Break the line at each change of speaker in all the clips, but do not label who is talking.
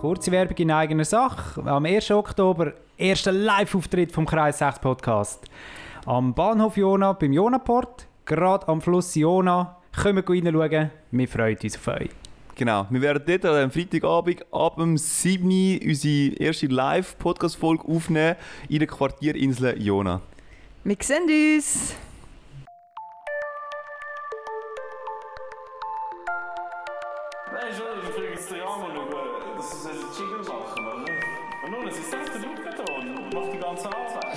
Kurze Werbung in eigener Sache. Am 1. Oktober, erster Live-Auftritt vom Kreis 6 Podcast. Am Bahnhof Jona, beim Jonaport, gerade am Fluss Jona. Kommt reinschauen, wir freuen uns auf euch.
Genau. Wir werden dort am Freitagabend ab dem 7. Uhr unsere erste Live-Podcast-Folge aufnehmen in der Quartierinsel Jona.
Wir sehen uns.
Nein, schon, ich bringe es dir an, mal schauen. Das ist ein Jingle machen, oder? Und nun, es ist echt der Lukaton und macht die ganze Arbeit.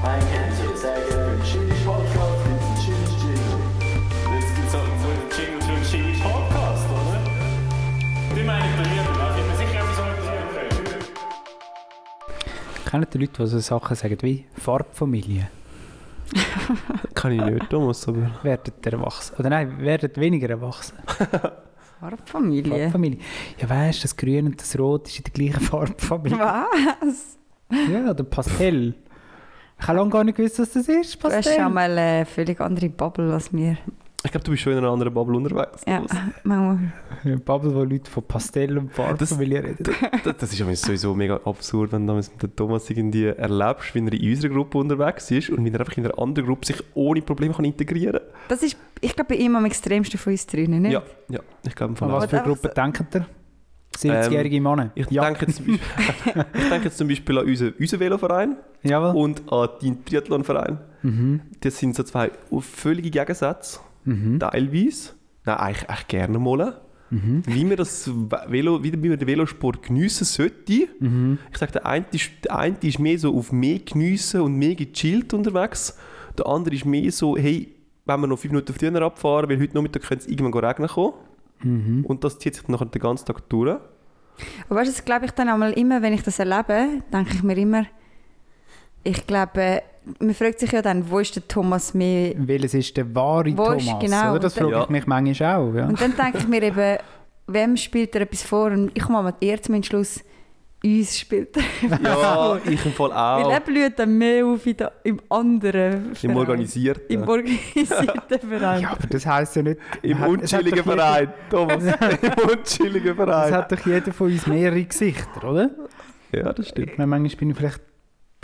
Mein Kätzchen ist ein Chili-Podcast mit einem Chili-Jingle.
Jetzt gibt es auch so einen Jingle für einen Chili-Podcast, oder? Die meine ich bei mir, da gibt mir sicher etwas, was ich können.
Kennt ihr Leute, die so Sachen sagen wie Farbfamilie?
Kann ich nicht, Thomas, aber...
Werdet erwachsen. Oder nein, werdet weniger erwachsen.
Farbfamilie.
Farbfamilie. Ja, weißt du, das Grün und das Rot ist in der gleichen Farbfamilie.
Was?
Ja, oder Pastell. Ich habe lange gar nicht gewusst, was das ist.
Du hast schon
Pastell.
mal eine völlig andere Bubble als wir.
Ich glaube, du bist schon in einer anderen Bubble unterwegs.
Ja,
Thomas.
manchmal.
Eine Bubble, wo Leute von Pastell und Farbfamilie reden.
Das, das ist aber sowieso mega absurd, wenn du damals mit dem Thomas irgendwie erlebst, wie er in unserer Gruppe unterwegs ist und wie er einfach in einer anderen Gruppe sich ohne Probleme kann integrieren kann.
Das ist, ich glaube, bei ihm am extremsten von uns ne? drinnen, nicht?
Ja, ja, ich glaube
Von
von
was
Aber halt
für
einfach
Gruppen denkt ihr? 70-jährige Männer?
Ähm, Ich,
ja.
denke jetzt zum Beispiel, ich denke jetzt zum Beispiel an unseren, unseren Veloverein
Jawohl. Mhm.
und an deinen Triathlonverein. Das sind so zwei völlige Gegensätze, teilweise. Nein, eigentlich, eigentlich gerne mal.
Mhm.
Wie, wir das Velo, wie wir den Velosport geniessen sollten.
Mhm.
Ich sage, der eine, ist, der eine ist mehr so auf mehr geniessen und mehr gechillt unterwegs. Der andere ist mehr so, hey, wenn wir noch fünf Minuten früher abfahren, weil heute Nachmittag könnte es irgendwann regnen kommen.
Mhm.
Und das zieht sich nachher den ganzen Tag durch.
Aber weißt du, das glaube ich dann einmal immer, wenn ich das erlebe, denke ich mir immer, ich glaube, man fragt sich ja dann, wo ist der Thomas mehr?
Welches ist der wahre
Wo ist
Thomas?
genau-
oder? Das frage
Ja.
ich mich manchmal auch. Ja.
Und dann denke ich mir eben, wem spielt er etwas vor? Und ich komme mal mit ihr zum Schluss, uns spielt er.
Ja, ich im Fall
Weil er
auch.
blüht dann mehr auf in der, im anderen
Im
Verein.
Organisierten.
Im organisierten Verein.
Ja, aber das heisst ja nicht...
Im
hat- es hat doch
unchilligen
jeder-
Verein. Thomas, im unchilligen
Es
Verein.
hat doch jeder von uns mehrere Gesichter, oder?
Ja, das stimmt.
Ich meine, manchmal bin ich vielleicht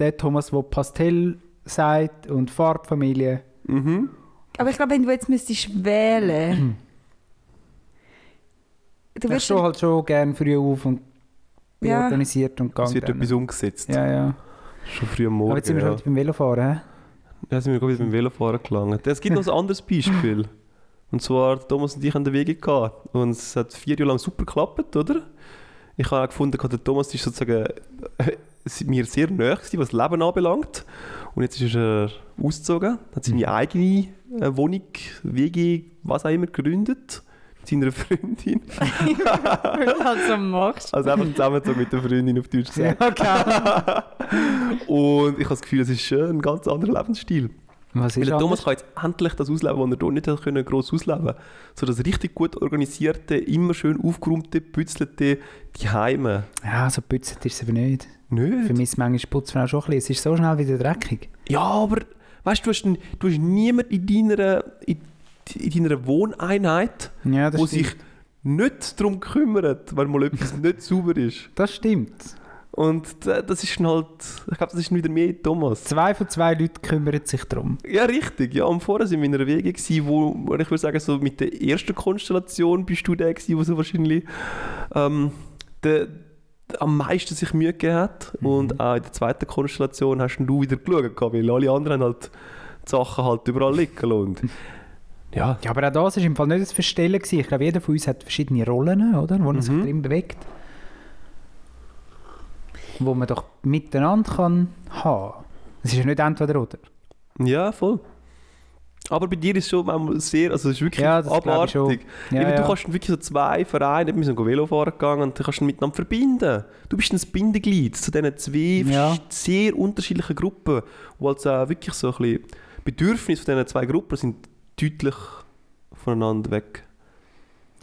der Thomas, der Pastell sagt und Farbfamilie.
Mhm.
Aber ich glaube, wenn du jetzt müsstest wählen du
Ich
wirst
stehe halt Hm. schon gerne früh auf und bin
Ja.
organisiert und gegangen.
Es wird etwas umgesetzt.
Ja, ja.
Schon früh am Morgen.
Aber jetzt sind wir schon
ja.
wieder beim Velofahren. hä?
ja, sind wir gerade wieder beim Velofahren gelangt. Es gibt noch ein anderes Beispiel. Und zwar, Thomas und ich haben den Weg gehabt. Und es hat vier Jahre lang super geklappt, oder? Ich habe auch gefunden, der Thomas ist sozusagen äh, mir sehr nahe gewesen, was das Leben anbelangt. Und jetzt ist er ausgezogen, hat
Mhm.
seine eigene äh, Wohnung, WG, was auch immer gegründet. Mit seiner Freundin.
also machst.
Also einfach zusammengezogen mit der Freundin auf Deutsch gesagt.
Ja, genau.
Und ich habe das Gefühl, es ist schon ein ganz anderer Lebensstil.
Was
Weil
ist
der Thomas
anders?
kann jetzt endlich das ausleben, was er dort nicht hat können, gross ausleben konnte. So das richtig gut organisierte, immer schön aufgeräumte, pützelte Heime.
Ja, so pützelt ist es aber nicht. Für
Nicht?
mich ist manchmal putzen auch schon ein bisschen. Es ist so schnell wieder dreckig.
Ja, aber weißt du, du hast, n- du hast niemanden in deiner, in, in deiner Wohneinheit,
Ja,
der sich nicht darum kümmert, wenn mal etwas nicht sauber ist.
Das stimmt.
Und äh, das ist dann halt, ich glaube, das ist dann wieder mehr Thomas.
Zwei von zwei Leuten kümmern sich darum.
Ja, richtig. Ja, am Vorher sind wir in einer Wege gewesen, wo, wo ich würde sagen, so mit der ersten Konstellation bist du der gewesen, der so wahrscheinlich ähm, der, der am meisten sich Mühe gegeben hat. Und auch in der zweiten Konstellation hast du wieder geschaut, gehabt, weil alle anderen haben halt die Sachen halt überall liegen lassen. Und ja,
Ja, aber auch das war im Fall nicht das Verstellen. Gewesen. Ich glaube, jeder von uns hat verschiedene Rollen, oder? wo er
Mhm.
sich drin bewegt. Wo man doch miteinander kann haben. Es ist ja nicht entweder oder.
ja, voll. Aber bei dir ist es schon manchmal sehr, also es ist wirklich
Ja, das glaube ich schon.
abartig.
Ja,
Eben, Du
ja.
kannst wirklich so zwei Vereine, wir sind Velo fahren gegangen und du kannst dann miteinander verbinden. Du bist ein Bindeglied zu diesen zwei
Ja.
versch- sehr unterschiedlichen Gruppen, wo also auch wirklich so ein bisschen Bedürfnisse von diesen zwei Gruppen sind deutlich voneinander weg.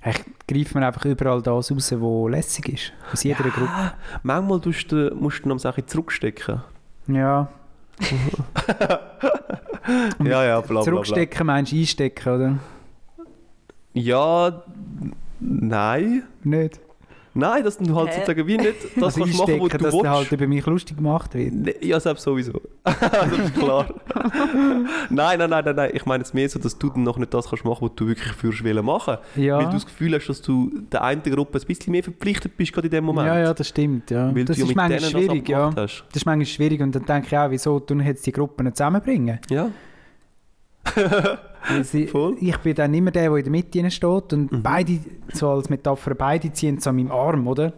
Eigentlich greift man einfach überall das raus, was lässig ist. Aus jeder Gruppe.
Manchmal musst du, musst du noch Sachen zurückstecken.
Ja.
Ja, ja, bla
Zurückstecken meinst du einstecken, oder?
Ja, nein.
Nicht?
Nein, dass du halt
Hä?
sozusagen wie nicht das
also
kannst machen, was
einstecken,
du
dass der halt
willst.
über mich lustig gemacht wird.
Ne, Ja, selbst sowieso. Also, das ist klar. nein, nein, nein, nein, nein. Ich meine jetzt mehr so, dass du dann noch nicht das kannst machen, was du wirklich fürs Willen machen
Ja.
Weil du das Gefühl hast, dass du der einen Gruppe ein bisschen mehr verpflichtet bist, gerade in dem Moment.
Ja, ja, das stimmt. Ja.
Weil
Das
du ja
ist
mit
manchmal
denen
schwierig,
das
ja.
abgemacht
Das
hast.
ist manchmal schwierig und dann denke ich auch, wieso tun jetzt die Gruppen nicht zusammenbringen?
Ja.
Weil sie,
Voll. Mhm.
ich bin dann immer der, der in der Mitte steht und beide, so als Metapher, beide ziehen so an meinem Arm, oder?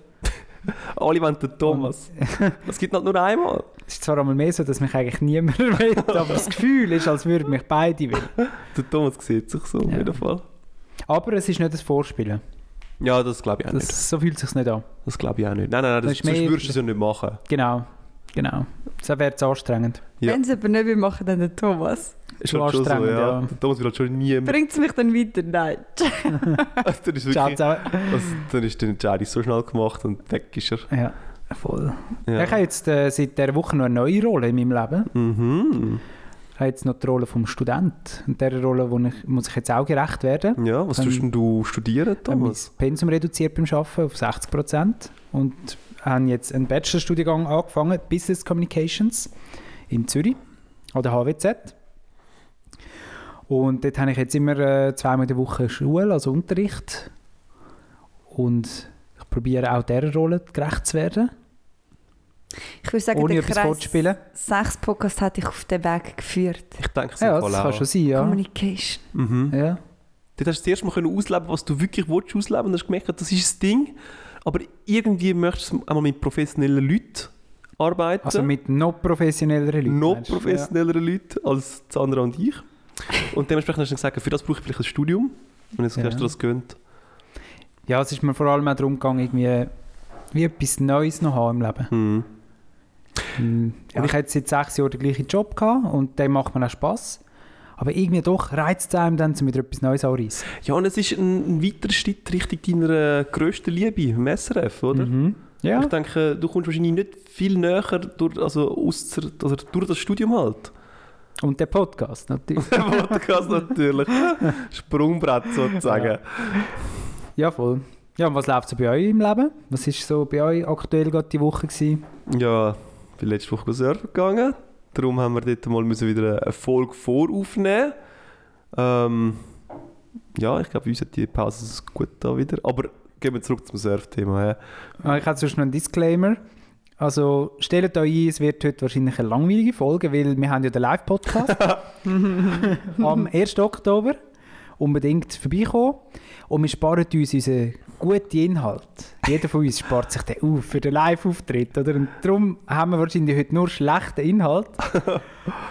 Alle wollen den Thomas. Es gibt halt nur einmal.
Es ist zwar einmal mehr so, dass mich eigentlich niemand will, aber das Gefühl ist, als würden mich beide wollen.
Der Thomas sieht sich so, auf
Ja.
jeden Fall.
Aber es ist nicht ein Vorspielen.
Ja, das glaube ich auch nicht.
Das, so fühlt es sich nicht an.
Das glaube ich auch nicht. Nein, nein, nein,
Das
das,
ist
sonst
mehr-
würdest du es ja nicht machen.
Genau. Genau. So wäre es anstrengend.
Ja.
Wenn sie aber nicht mehr machen, dann der Thomas.
Ist
Zu
halt schon so,
anstrengend,
ja.
ja.
Der Thomas will halt schon nie
Hm.
mehr.
Bringt es mich dann weiter? Nein.
Also, dann ist
Ciao
wirklich,
zusammen.
also, dann ist der Entscheidung so schnell gemacht und weg ist er.
Ja, voll.
Ja.
Ich habe jetzt äh, seit dieser Woche noch eine neue Rolle in meinem Leben.
Mhm.
Ich habe jetzt noch die Rolle vom Student. Und dieser Rolle wo ich, muss ich jetzt auch gerecht werden.
Ja, was
Ähm,
tust denn du studieren,
Ich habe mein
Thomas?
Pensum reduziert beim Arbeiten auf 60 Prozent und habe jetzt einen Bachelorstudiengang angefangen, Business Communications in Zürich an der HWZ. Und dort habe ich jetzt immer äh, zweimal in der Woche Schule, also Unterricht. Und ich probiere auch dieser Rolle gerecht zu werden,
Ich würde sagen,
ohne
der
etwas
Kreis
vorzuspielen.
6 Podcast hat dich auf den Weg geführt.
Ich denke, es
Ja,
ja,
das
Fall
kann
auch.
schon sein, ja.
Communication.
Mhm.
ja.
Dort hast du das erste Mal können ausleben, was du wirklich willst, ausleben und hast gemerkt, das ist das Ding. Aber irgendwie möchtest du einmal mit professionellen Leuten arbeiten.
Also mit noch professionelleren Leuten.
noch
meinst du?
professionellere Leute als Sandra und ich. Und dementsprechend hast du dann gesagt, für das brauche ich vielleicht ein Studium. Und jetzt
Ja.
hast du das gönnt.
Ja. ja, es ist mir vor allem auch darum gegangen, irgendwie wie etwas Neues noch haben im Leben.
Hm.
Mm, Ja, ich hatte seit sechs Jahren den gleichen Job gehabt und der macht mir auch Spass. Aber irgendwie doch reizt es einem dann, um wieder etwas Neues anreißen.
Ja, und es ist ein, ein weiterer Schritt Richtung deiner äh, grössten Liebe, im SRF, oder?
Mhm.
Ich
Ja.
denke, du kommst wahrscheinlich nicht viel näher durch, also ausser, also durch das Studium halt.
Und der Podcast natürlich.
Podcast natürlich. Sprungbrett sozusagen.
ja, voll. Ja, und was läuft so bei euch im Leben? Was ist so bei euch aktuell gerade die Woche gewesen?
Ja, ich bin letzte Woche surfen gegangen. Darum haben wir dort mal müssen wieder eine Folge voraufnehmen. Ähm, ja, ich glaube, uns hat die Pause es gut da wieder. Aber gehen wir zurück zum Surf-Thema. Ja.
Ah, Ich habe sonst noch einen Disclaimer. Also stellt euch ein, es wird heute wahrscheinlich eine langweilige Folge, weil wir haben ja den Live-Podcast am 1. Oktober. Unbedingt vorbeikommen. Und wir sparen uns unseren guten Inhalt. Jeder von uns spart sich den auf für den Live-Auftritt. Oder? Und darum haben wir wahrscheinlich heute nur schlechten Inhalt.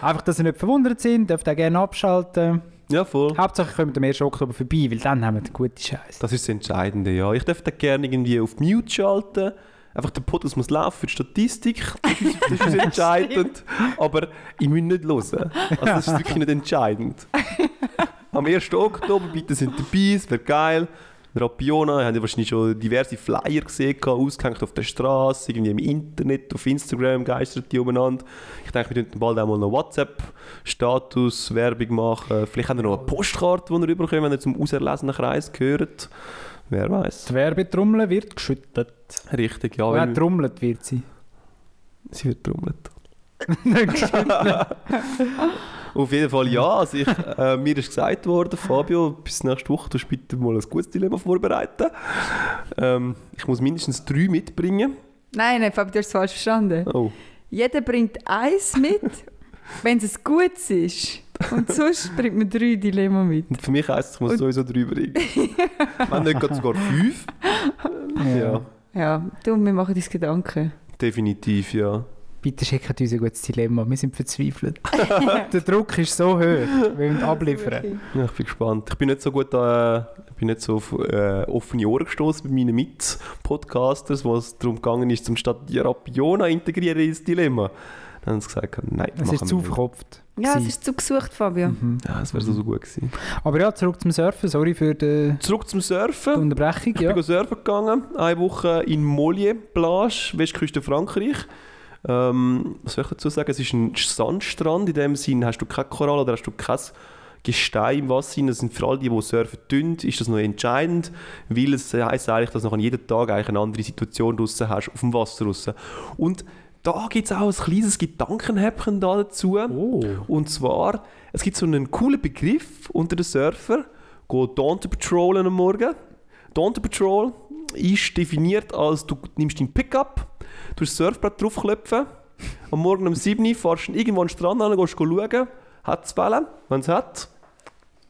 Einfach, dass ihr nicht verwundert sind, dürft auch gerne abschalten.
ja, voll.
Hauptsache, ihr kommt am 1. Oktober vorbei, weil dann haben wir den guten Scheiß.
Das ist das Entscheidende, ja. Ich dürfte gerne irgendwie auf Mute schalten. Einfach der Podcast muss laufen für die Statistik. Das ist, das ist entscheidend. Aber ich muss nicht hören. Also das ist wirklich nicht entscheidend. Am 1. Oktober, bitte sind dabei, es wäre geil. Rapiona, ihr habt ja wahrscheinlich schon diverse Flyer gesehen, gehabt, ausgehängt auf der Straße, irgendwie im Internet, auf Instagram geistert die umeinander. Ich denke, wir könnten bald auch mal noch WhatsApp-Status, Werbung machen. Vielleicht habt ihr noch eine Postkarte, die ihr rüberkommt, wenn ihr zum auserlesenen Kreis gehört. Wer weiß.
Die Werbetrommel wird geschüttet.
Richtig, ja.
Oh, ja,
Weil
trommelt wird sie.
sie wird trommelt.
Nicht
Auf jeden Fall ja. Also ich, äh, mir ist gesagt worden, Fabio, bis nächste Woche tust du bitte mal ein gutes Dilemma vorbereiten. Ähm, ich muss mindestens drei mitbringen.
Nein, nein, Fabi, du hast es falsch verstanden.
Oh.
Jeder bringt eins mit, wenn es ein gutes ist. Und sonst bringt man drei Dilemma mit.
Und für mich heisst es, ich muss
Und-
sowieso drei bringen. Wenn nicht gerade sogar fünf. Ja.
Ja, du, wir machen uns Gedanken.
definitiv, ja.
Bitte schickt uns ein gutes Dilemma, wir sind verzweifelt. Der Druck ist so hoch, wir müssen abliefern.
ja. Ich bin gespannt. Ich bin nicht so gut äh, ich bin nicht so auf äh, offene Ohren gestoßen bei meinen Mit-Podcasters, wo es darum gegangen ist, zum statt die Rapiona integrieren ins Dilemma. Dann haben sie gesagt, nein,
Es
machen
ist
wir
zu
nicht.
verkopft.
Ja, es
gewesen.
ist zu gesucht, Fabio.
Ja, das wäre so, so gut gewesen.
Aber ja, zurück zum Surfen, sorry für die
Zurück zum
die
Surfen.
Unterbrechung.
Ich
Ja.
bin surfen gegangen, eine Woche in Mollier, Plage, Westküste Frankreich. Ähm, was soll ich dazu sagen? Es ist ein Sandstrand, in dem Sinn hast du keine Korallen oder hast du kein Gestein im Wasser rein. Das sind vor allem die, die surfen tun, ist das noch entscheidend, weil es heisst eigentlich, dass du nachher jeden Tag eigentlich eine andere Situation draussen hast, auf dem Wasser draussen. Und da gibt es auch ein kleines Gedankenhäppchen da dazu. Und zwar, es gibt so einen coolen Begriff unter den Surfer, go Daunte Patrol am Morgen. Daunte Patrol ist definiert als, du nimmst deinen Pickup, du hast das Surfbrett draufklopfen, am Morgen um 7 Uhr fährst du irgendwo an den Strand an, gehst schauen, hat es Wellen? Wenn es hat,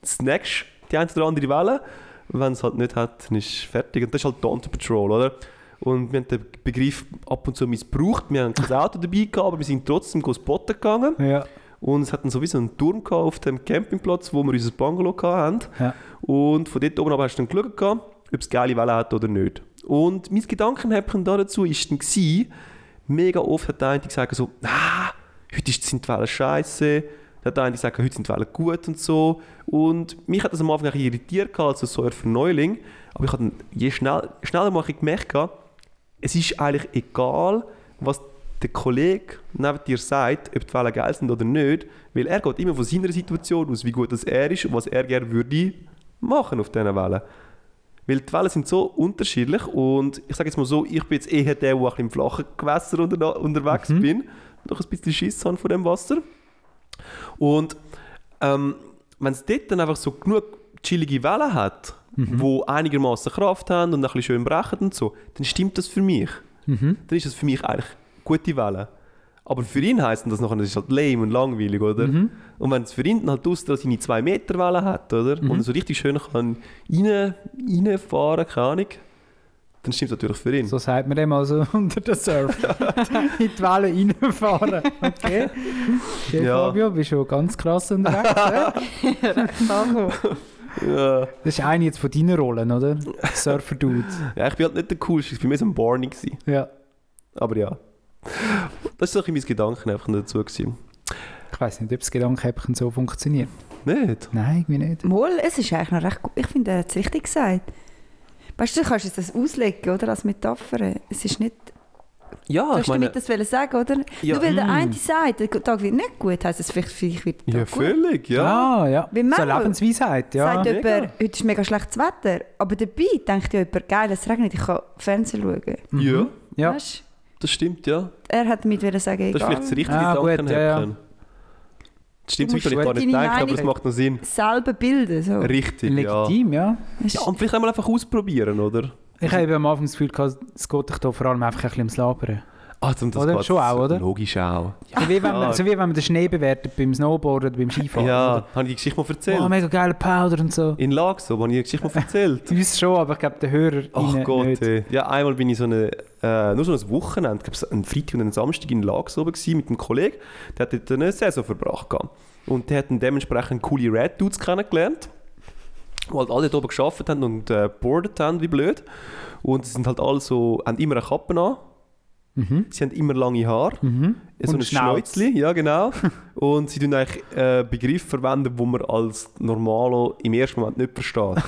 snackst die eine oder andere Welle. Wenn es halt nicht hat, dann ist es fertig. Und das ist halt Daunte Patrol, oder? Und wir haben den Begriff ab und zu missbraucht. Wir haben kein Auto dabei gehabt, aber wir sind trotzdem spotten gegangen.
Ja.
Und es hat dann sowieso einen Turm gehabt auf dem Campingplatz, wo wir unser Bungalow hatten.
Ja.
Und von dort oben aber hast du dann geschaut, gehabt, ob es geile Wellen hat oder nicht. Und mein Gedankenhäppchen da dazu war dann, gewesen, mega oft hat der eine gesagt, so, ah, heute ist- sind die Wellen scheiße. Dann hat der eine gesagt, heute sind die Wellen gut und so. Und mich hat das am Anfang ein bisschen irritiert, also gehabt, als Surfer-Neuling. Aber ich habe dann je schnell, schneller mal ein bisschen gemerkt, gehabt, es ist eigentlich egal, was der Kollege neben dir sagt, ob die Wellen geil sind oder nicht, weil er geht immer von seiner Situation aus, wie gut das er ist und was er gerne würde machen auf diesen Wellen. Weil die Wellen sind so unterschiedlich und ich sage jetzt mal so, ich bin jetzt eher der, der ein bisschen im flachen Gewässer unter, unterwegs bin, noch ein bisschen Schiss habe von dem Wasser. Und ähm, wenn es dort dann einfach so genug chillige Wellen hat, wo einigermaßen Kraft haben und ein bisschen schön brechen und so, dann stimmt das für mich.
Mhm.
Dann ist das für mich eigentlich gute Wellen. Aber für ihn heisst das nachher, das ist halt lame und langweilig, oder? Und wenn es für ihn dann halt aus seine 2 Meter Welle hat, oder? Und er so richtig schön kann rein, reinfahren, keine Ahnung, dann stimmt es natürlich für ihn.
So sagt man dem also unter den Surf. In die Wellen reinfahren. Okay. Okay,
Ja.
Fabio, bist schon ganz krass unterwegs. ja?
Ja.
Das ist eine jetzt von deinen Rollen, oder? Surfer-Dude.
ja, ich bin halt nicht der Coolste, ich bin mehr so ein Barney gewesen.
Ja.
Aber ja. Das war so ein bisschen mein Gedanken einfach dazu. Gewesen.
Ich weiß nicht, ob das Gedankenhäppchen so funktioniert.
Nicht?
Nein, irgendwie nicht.
Mol, es ist eigentlich noch recht gut. Ich finde, er hat es richtig gesagt. Weißt du, du kannst jetzt das auslegen, oder? Als Metapher. Es ist nicht.
Ja,
du
Ah, ich
hast
meine.
damit das wollen sagen, oder?
Ja. hm.
Nur weil der eine sagt, der Tag wird nicht gut, heisst es vielleicht, vielleicht wird der
ja,
Tag gut.
völlig, ja.
Ah, ja.
Wie man-
So Lebensweisheit, ja.
Sagt
mega.
jemand, heute ist mega schlechtes Wetter. Aber dabei denkt ja jemand, geil, es regnet, ich kann Fernsehen schauen.
mhm.
Ja,
Ja.
Weißt du?
das stimmt, ja.
Er hat damit wollen sagen,
Das ist
egal.
vielleicht das richtige
Ah, gut,
Gedanken.
ja, ja.
Das stimmt,
Du
das
musst Hm.
habe ich gar
gut
nicht
deine
gedacht, aber
Meinung-
es macht noch Sinn.
Selber bilden. So.
Richtig, ja.
Legitim, ja.
Es
ja.
ist-
Und vielleicht einmal einfach ausprobieren, oder?
Ich habe eben am Anfang das Gefühl, gehabt, es geht dich da vor allem einfach ein bisschen ums Labern.
Ah, zum das
Oder?
geht's
Schon auch, oder?
Logisch auch.
So wie, wenn
Ja.
man, so wie wenn man den Schnee bewertet beim Snowboard oder beim Skifahren.
Ja, habe ich die Geschichte mal
Oder?
erzählt?
Oh, mega geiler Powder und so.
In Lagso, habe ich die Geschichte mal erzählt?
Uns schon, aber ich glaube, den Hörer
Ach Gott,
nicht.
ey. ja, einmal bin ich so eine, äh, nur so ein Wochenende, ich glaube, einen Freitag und einen Samstag in Lags oben gewesen, mit einem Kollegen, der hat dort eine Saison verbracht. Gehabt. Und der hat dann dementsprechend coole Red Dudes kennengelernt, die halt alle dort oben gearbeitet haben und äh, boardet haben, wie blöd. Und sie sind halt alle so, haben immer eine Kappe an, sie haben immer lange Haare, so
Mhm. Und
ein
Schnauz.
Schnäuzli, ja genau. und sie tun eigentlich äh, Begriffe verwenden, die man als Normalo im ersten Moment nicht versteht.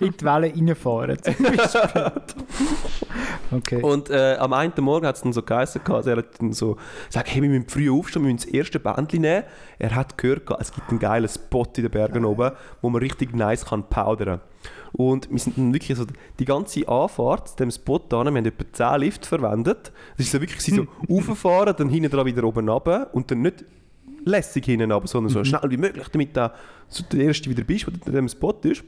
In die Wellen reinfahren. zum Beispiel. okay.
Und äh, am einen Morgen hat es dann so geheißen, gehabt, also er hat dann so gesagt, hey, wir müssen früh aufstehen, wir müssen das erste Bändchen nehmen. Er hat gehört, gehabt, es gibt einen geilen Spot in den Bergen oben, wo man richtig nice kann powdern Und wir sind dann wirklich so, die ganze Anfahrt zu dem Spot da, wir haben etwa 10 Lift verwendet. Es ist so wirklich so, rauffahren, dann hinten dran wieder oben runter und dann nicht lässig hinten runter, sondern so schnell wie möglich, damit du so der Erste wieder bist, der an dem Spot ist.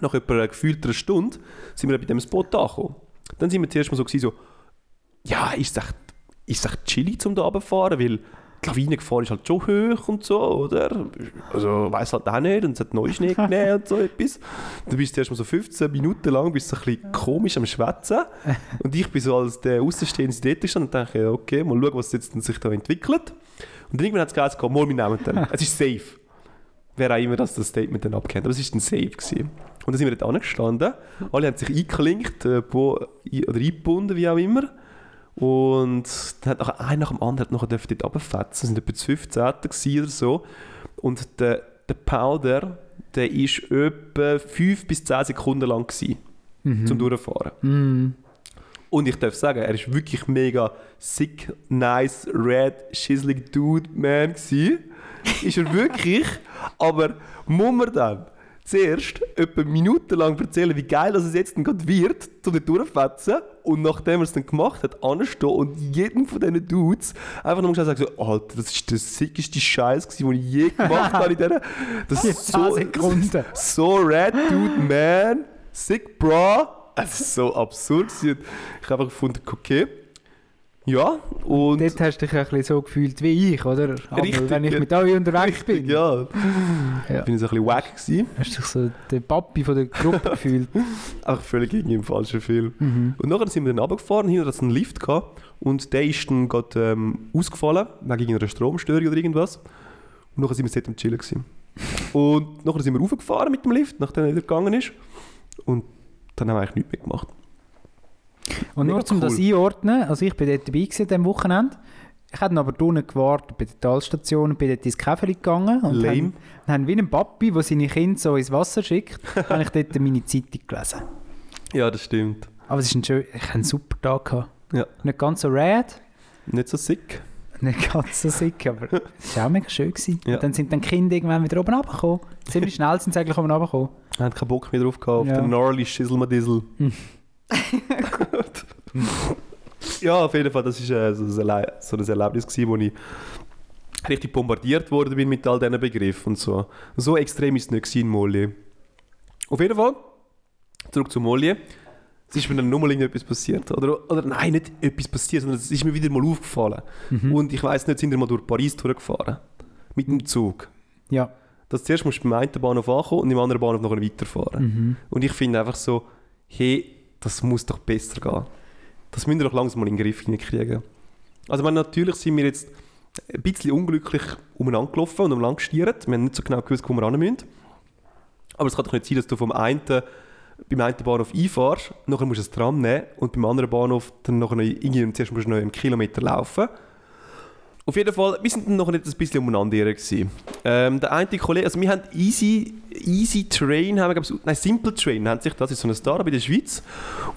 Nach etwa einer gefühlten Stunde sind wir bei diesem Spot angekommen. Dann sind wir zuerst mal so, gewesen, so ja, ist es echt, ist es echt chillig, um da runterzufahren, weil die Lawinengefahr ist halt schon hoch und so, oder? Also, weiß halt auch nicht, und es hat Neuschnee genommen und so etwas. Du bist du erst mal so 15 Minuten lang, bist so ein bisschen komisch am Schwätzen. Und ich bin so als der Außenstehende dort gestanden und dachte, ja, okay, mal schauen, was jetzt denn sich da entwickelt. Und dann irgendwann hat es gesagt, komm, mal, wir nehmen den. Es ist safe wer auch immer das, das Statement dann abkennt. Aber es war ein Save. Gewesen. Und dann sind wir dort angestanden. Alle haben sich eingeklinkt äh, bo- ein- oder eingebunden, wie auch immer. Und dann hat nachher, einer nach dem anderen hat nachher dürfen dort runterfetzen. Es waren etwa das 15. gewesen oder so. Und der, der Powder, der war etwa 5 bis 10 Sekunden lang gewesen, zum Durchfahren. Und ich darf sagen, er ist wirklich mega sick, nice, red, schisselig Dude Man gsi. Ist er wirklich, aber muss man dann zuerst etwa minutenlang erzählen, wie geil das es jetzt denn gerade wird, zu den durchfetzen und nachdem er es dann gemacht hat, anstehen und jedem von diesen Dudes einfach nur sagen, so, Alter, das ist der sickeste Scheiß, den ich je gemacht habe in dieser... Das ist
Zehn
so...
Sekunden.
So red, dude, man. Sick, bra. Es ist so absurd. gewesen. Ich habe einfach gefunden, okay. Ja, und.
Dort hast du dich ein bisschen so gefühlt wie ich, oder? Aber
Richtig,
wenn ich
ja.
mit euch unterwegs
richtig,
bin,
ja.
Ja.
Bin ich so ein bisschen wack gewesen.
hast du dich so der Papi von der Gruppe gefühlt. Mhm.
Einfach völlig irgendwie im falschen Film. Und nachher sind wir dann runtergefahren, hinter hat es einen Lift gehabt. Und der ist dann gerade ähm, ausgefallen, wegen irgendeiner Stromstörung oder irgendwas. Und nachher sind wir dort am Chillen gewesen. Und nachher sind wir raufgefahren mit dem Lift, nachdem er wieder gegangen ist. Und dann haben wir eigentlich nichts mehr gemacht.
Und nur
Mega
um das einordnen, also ich bin dort dabei gewesen, an diesem Wochenende. Ich habe dann aber unten gewartet bei der Talstation und bin dort ins Käferli gegangen. Und
Lame.
Haben, und haben wie ein Papi, der seine Kinder so ins Wasser schickt, habe ich dort meine Zeitung gelesen.
Ja, das stimmt.
Aber es ist ein schön, ich habe einen super Tag gehabt.
Ja.
Nicht ganz so red,
Nicht so sick.
nicht ganz so sick, aber es war auch mega schön. Gewesen.
Ja.
Und dann sind dann die Kinder irgendwann wieder oben runtergekommen. Ziemlich schnell sind sie eigentlich oben runtergekommen.
Er hat keinen Bock mehr drauf gehabt, auf
Ja.
den gnarly Schisselmadiesel. ja, auf jeden Fall, das war äh, so, ein Erle- so ein Erlebnis, gewesen, wo ich richtig bombardiert worden bin mit all diesen Begriffen und so. So extrem ist es nicht gewesen, in Molly. Auf jeden Fall, zurück zu Molly. Es ist mir dann nochmal irgendetwas passiert. Oder, oder nein, nicht etwas passiert, sondern es ist mir wieder mal aufgefallen. Und ich weiss nicht, sind wir mal durch Paris durchgefahren. Mit dem Zug
Ja,
dass zuerst musst du beim einen Bahnhof ankommen und im anderen Bahnhof nachher weiterfahren. Und ich finde einfach so, hey, das muss doch besser gehen. Das müssen wir doch langsam mal in den Griff hinkriegen. Also ich meine, natürlich sind wir jetzt ein bisschen unglücklich umeinander gelaufen und umeinander gestiert. Wir haben nicht so genau gewusst, wo wir hin müssen. Aber es kann doch nicht sein, dass du vom einen, beim einen Bahnhof einfahrst, nachher musst du das Tram nehmen und beim anderen Bahnhof dann nachher noch irgendwie, zuerst musst du noch einen Kilometer laufen. Auf jeden Fall, wir sind dann noch nicht ein bisschen umeinander irren gewesen. Ähm, der eine Kollege, also wir haben Easy, Easy Train, haben wir, glaub's, nein, Simple Train nennt sich das, ist so ein Startup in der Schweiz,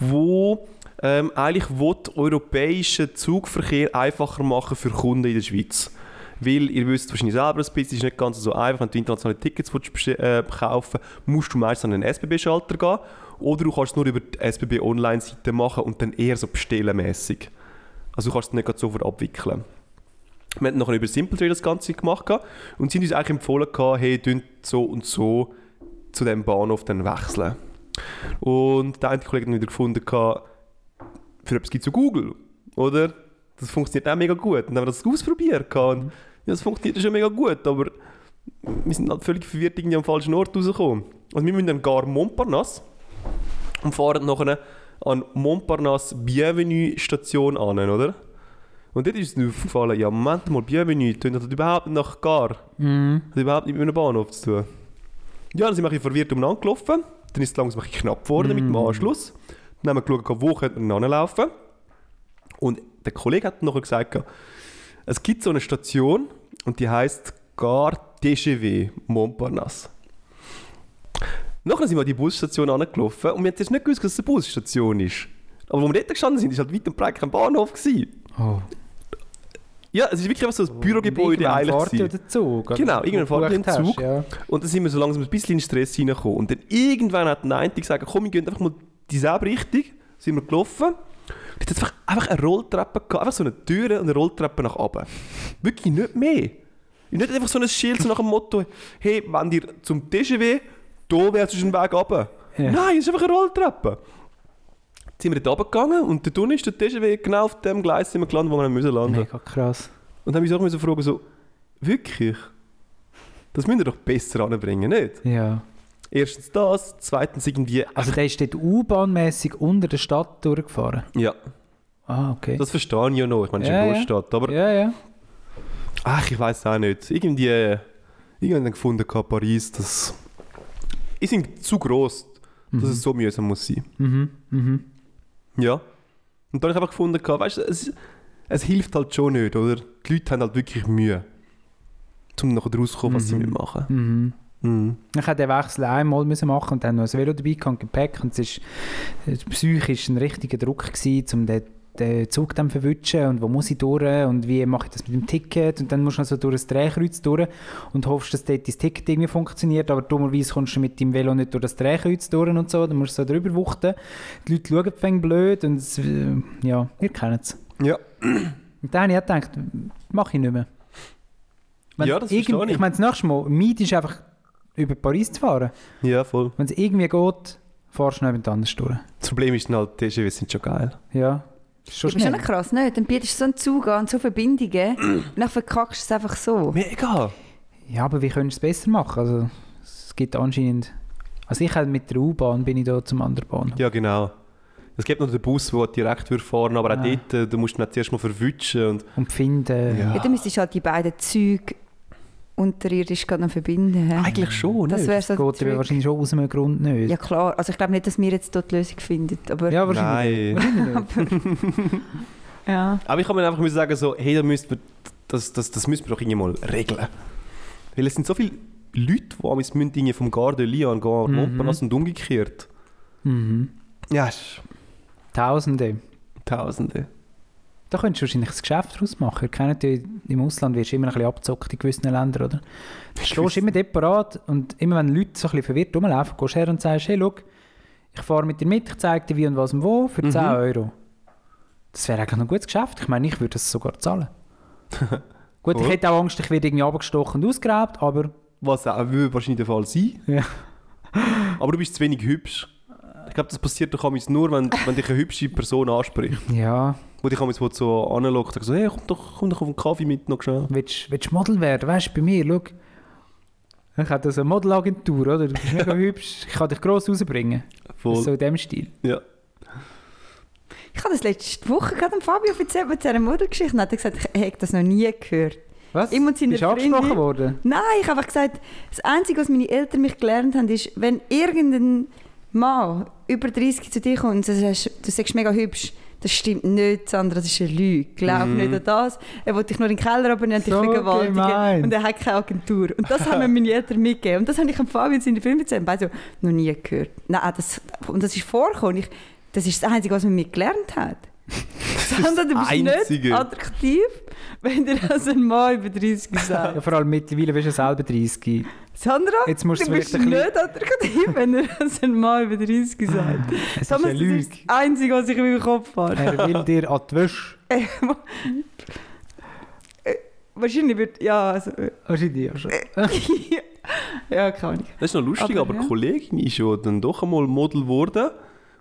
wo ähm, eigentlich will europäischen Zugverkehr einfacher machen für Kunden in der Schweiz. Weil ihr wisst wahrscheinlich selber ein bisschen, es ist nicht ganz so einfach, wenn du internationale Tickets willst, bestell- äh, kaufen musst du meistens an einen SBB-Schalter gehen oder du kannst es nur über die SBB-Online-Seite machen und dann eher so bestellenmässig. Also du kannst es nicht grad sofort abwickeln. Wir haben nachher über Simple Trail das Ganze gemacht gehabt und sie haben uns eigentlich empfohlen, gehabt, hey, dünnt so und so zu dem Bahnhof dann wechseln. Und der eine Kollege hat dann wieder gefunden, gehabt, für etwas gibt es ja Google, oder? Das funktioniert auch mega gut. Und dann haben wir das ausprobiert. gehabt Und, ja, das funktioniert schon mega gut, aber wir sind halt völlig verwirrt irgendwie am falschen Ort rausgekommen. Also wir müssen dann gar Montparnasse und fahren nachher an Montparnasse Bienvenue Station an, oder? Und dort ist es mir aufgefallen, ja Moment mal, Bienvenue, tönt das überhaupt nicht nach Gar. Hat überhaupt nicht mit einem Bahnhof zu tun. Ja, dann sind wir ein bisschen verwirrt umeinander gelaufen. Dann ist es langsam ein bisschen knapp geworden mit dem Anschluss. Dann haben wir geschaut, wo könnte man hinlaufen. Und der Kollege hat nachher gesagt, es gibt so eine Station und die heißt Gare TGV Montparnasse. Nachher sind wir an die Busstation angelaufen und wir haben jetzt nicht gewusst, dass es eine Busstation ist. Aber wo wir dort gestanden sind, war halt weit und breit kein Bahnhof. Gewesen.
Oh.
Ja, es ist wirklich einfach so ein Bürogebäude
Irgendwann
eigentlich.
fährt ja
gewesen.
der Zug. oder?
Genau, irgendwann
Wo du
fährt ja ein
gebucht hast,
Zug.
Ja.
Und dann sind wir so langsam ein bisschen in Stress reingekommen. Und dann irgendwann hat der eine gesagt, komm, wir gehen einfach mal dieselbe Richtung. Sind wir gelaufen. Und jetzt einfach, einfach eine Rolltreppe gehabt, einfach so eine Türe und eine Rolltreppe nach oben. Wirklich nicht mehr. Und nicht einfach so ein Schild so nach dem Motto, hey, wenn dir zum TGW, da wärst du schon den Weg runter.
Ja.
Nein, es ist einfach eine Rolltreppe. Jetzt sind wir dort runtergegangen und dort unten ist der TGW genau auf dem Gleis sind wir gelandet, wo wir haben müssen landen
Mega krass.
Und dann haben wir uns auch so fragen, so, wirklich? Das müsst ihr doch besser anbringen, nicht?
Ja.
Erstens das, zweitens irgendwie.
Also der ist dort U-Bahn-mässig unter der Stadt durchgefahren.
Ja,
Ah, okay.
das verstehe ich ja noch. Ich meine, es ist
Ja,
eine
ja.
Großstadt. Aber
ja, ja.
ach, ich weiß auch nicht. Irgendwie. äh, Irgendwann dann gefunden, gehabt, Paris, das. Ich sind zu gross, dass es so mühsam muss sein.
Mhm. Mhm.
Ja. Und dann habe ich einfach gefunden, gehabt, weißt du, es, es hilft halt schon nicht, oder? Die Leute haben halt wirklich Mühe, um nachher rauszukommen, was sie
Mhm.
mitmachen.
Mhm. Ich musste den Wechsel einmal müssen machen und dann noch ein Velo dabei gehabt, und Gepäck. Und es ist äh, psychisch ein richtiger Druck, gewesen, um den, den Zug dann zu verwischen und wo muss ich durch und wie mache ich das mit dem Ticket. Und dann musst du noch so durch ein Drehkreuz durch und hoffst, dass dort dein Ticket irgendwie funktioniert. Aber dummerweise kommst du mit deinem Velo nicht durch das Drehkreuz durch und so. Dann musst du so drüber wuchten. Die Leute schauen fängt blöd und es, äh, ja, ihr kennt es.
Ja.
Und dann habe ich auch gedacht, mache ich nicht mehr. Wenn
Ja, das
irgend-
verstehe ich.
Ich meine, das nächste Mal, Miet ist einfach über Paris zu fahren.
Ja, voll.
Wenn es irgendwie geht, fahrst du noch jemand anders durch.
Das Problem ist dann halt, die TGVs sind schon geil.
Ja. Ist Schon
Das ist schon
schnell.
krass, nicht? Dann bietest du so einen Zug an und so Verbindungen und dann verkackst du es einfach so.
Mega!
Ja, aber wie könntest du es besser machen? Also, es gibt anscheinend... Also ich halt mit der U-Bahn bin ich da zum anderen Bahnhof.
Ja, genau. Es gibt noch den Bus, der direkt würde fahren aber auch
Ja.
dort äh, da musst du ihn auch zuerst mal verwischen. Und
Und finde...
Ja.
Ja.
Ja, dann müsstest du halt die beiden Züge unterirdisch gerade noch verbinden. hä?
Ah,
Ah,
Eigentlich schon,
das wäre so
Oh, Geht
der
aber
Trick.
wahrscheinlich schon aus einem Grund nicht.
Ja klar, also ich glaube nicht, dass wir jetzt dort die Lösung finden, aber
Ja,
Nein.
wahrscheinlich. Wahrscheinlich nicht.
ja.
Aber ich kann mir einfach müssen sagen, so, hey, da müsst wir, das, das, das müssen wir doch irgendwie mal regeln. Weil es sind so viele Leute, die am München Dinge vom Garde Lian gehen,
Mhm.
Montparnasse und umgekehrt.
mhm.
Ja, ist
Tausende.
Tausende.
Da könntest du wahrscheinlich das Geschäft draus machen. Ihr kennt ja, im Ausland wirst du immer ein bisschen abgezockt in gewissen Ländern, oder? Du stehst immer dort parat und immer wenn Leute so ein bisschen verwirrt rumlaufen, gehst du her und sagst, hey, schau, ich fahre mit dir mit, ich zeige dir wie und was und wo für 10 Euro. Das wäre eigentlich noch ein gutes Geschäft. Ich meine, ich würde das sogar zahlen. Gut, ich
Cool.
hätte auch Angst, ich werde irgendwie abgestochen und ausgeraubt, aber
Was auch würde wahrscheinlich der Fall sein.
Ja.
Aber du bist zu wenig hübsch. Ich glaube, das passiert doch manchmal nur, wenn, wenn dich eine hübsche Person anspricht.
ja,
Wo dich manchmal so anlockt und sagt, so, hey, komm doch, komm doch auf den Kaffee mit noch schnell.
willst willst du Model werden? Weißt du, bei mir, schau. Ich habe das eine Modelagentur, oder? Du bist mega hübsch, ich kann dich gross rausbringen.
Voll.
So in dem Stil.
Ja.
Ich habe das letzte Woche gerade dem Fabio erzählt mit seiner Modelgeschichte und hat er gesagt, ich hätte das noch nie gehört.
Was?
Immer zu einer
Bist du angesprochen
Freundin.
worden?
Nein, ich habe einfach gesagt, das Einzige, was meine Eltern mich gelernt haben, ist, wenn irgendein Mann über 30 zu dir kommt und du sagst, du sagst mega hübsch, das stimmt nicht, Sandra, das ist eine Lüge. Glaub
Mhm.
nicht an das. Er wollte dich nur in den Keller runter und dich
So
vergewaltigen.
gemein.
Und er hat keine Agentur. Und das haben mir meine Eltern mitgegeben. Und das habe ich am Fabian in seinen Film erzählt. Und beide so, noch nie gehört. Nein, das, und das ist vorgekommen. Ich, das ist das Einzige, was man mir gelernt hat. Sandra, du
das
bist nicht Ah.
Einzige.
attraktiv, wenn dir das ein Mann über 30 sagt.
Ja, vor allem mittlerweile bist du ja selber 30.
Sandra,
Jetzt musst
du
du es
bist
wirklich ein bisschen...
nicht attraktiv, wenn er das einmal über 30 gesagt
Ah, Es ist
Thomas,
eine
das ist
Lüge.
das Einzige, was ich in meinem Kopf habe.
Er will dir an die Wäsche.
Wahrscheinlich wird... Ja, also... äh,
Wahrscheinlich ja schon.
ja, keine Ahnung.
Das ist noch lustig, aber,
Aber ja.
die Kollegin ist ja dann doch einmal Model geworden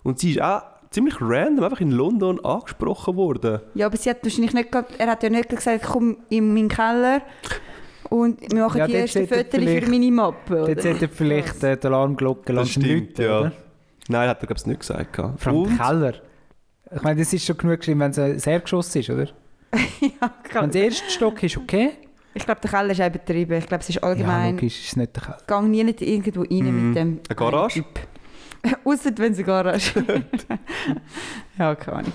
und sie ist auch ziemlich random einfach in London angesprochen worden.
Ja, aber sie hat wahrscheinlich nicht... gerade- Er hat ja nicht gesagt, komm in meinen Keller und wir machen
Ja,
die
dort
ersten
steht er
Fotos für
vielleicht-
meine Mappe, oder?
Jetzt hätte er vielleicht äh, die Alarmglocke
Das
langsam
stimmt,
läuten,
ja.
oder?
Nein, hat er glaube ich nicht gesagt. gehabt.
Vor allem
Und-
die Keller. Ich meine, das ist schon genug geschrieben, wenn es ein Sehrgeschoss ist, oder?
ja,
Wenn
klar.
es der erste Stock ist, okay.
Ich glaube, der Keller ist auch übertrieben. Ich glaube, es ist
Ja,
allgemein...
logisch, Mhm. ist es nicht der Keller.
Gang nie nicht irgendwo rein mit dem...
Eine Garage?
Außer wenn es eine Garage ist. ja, keine Ahnung.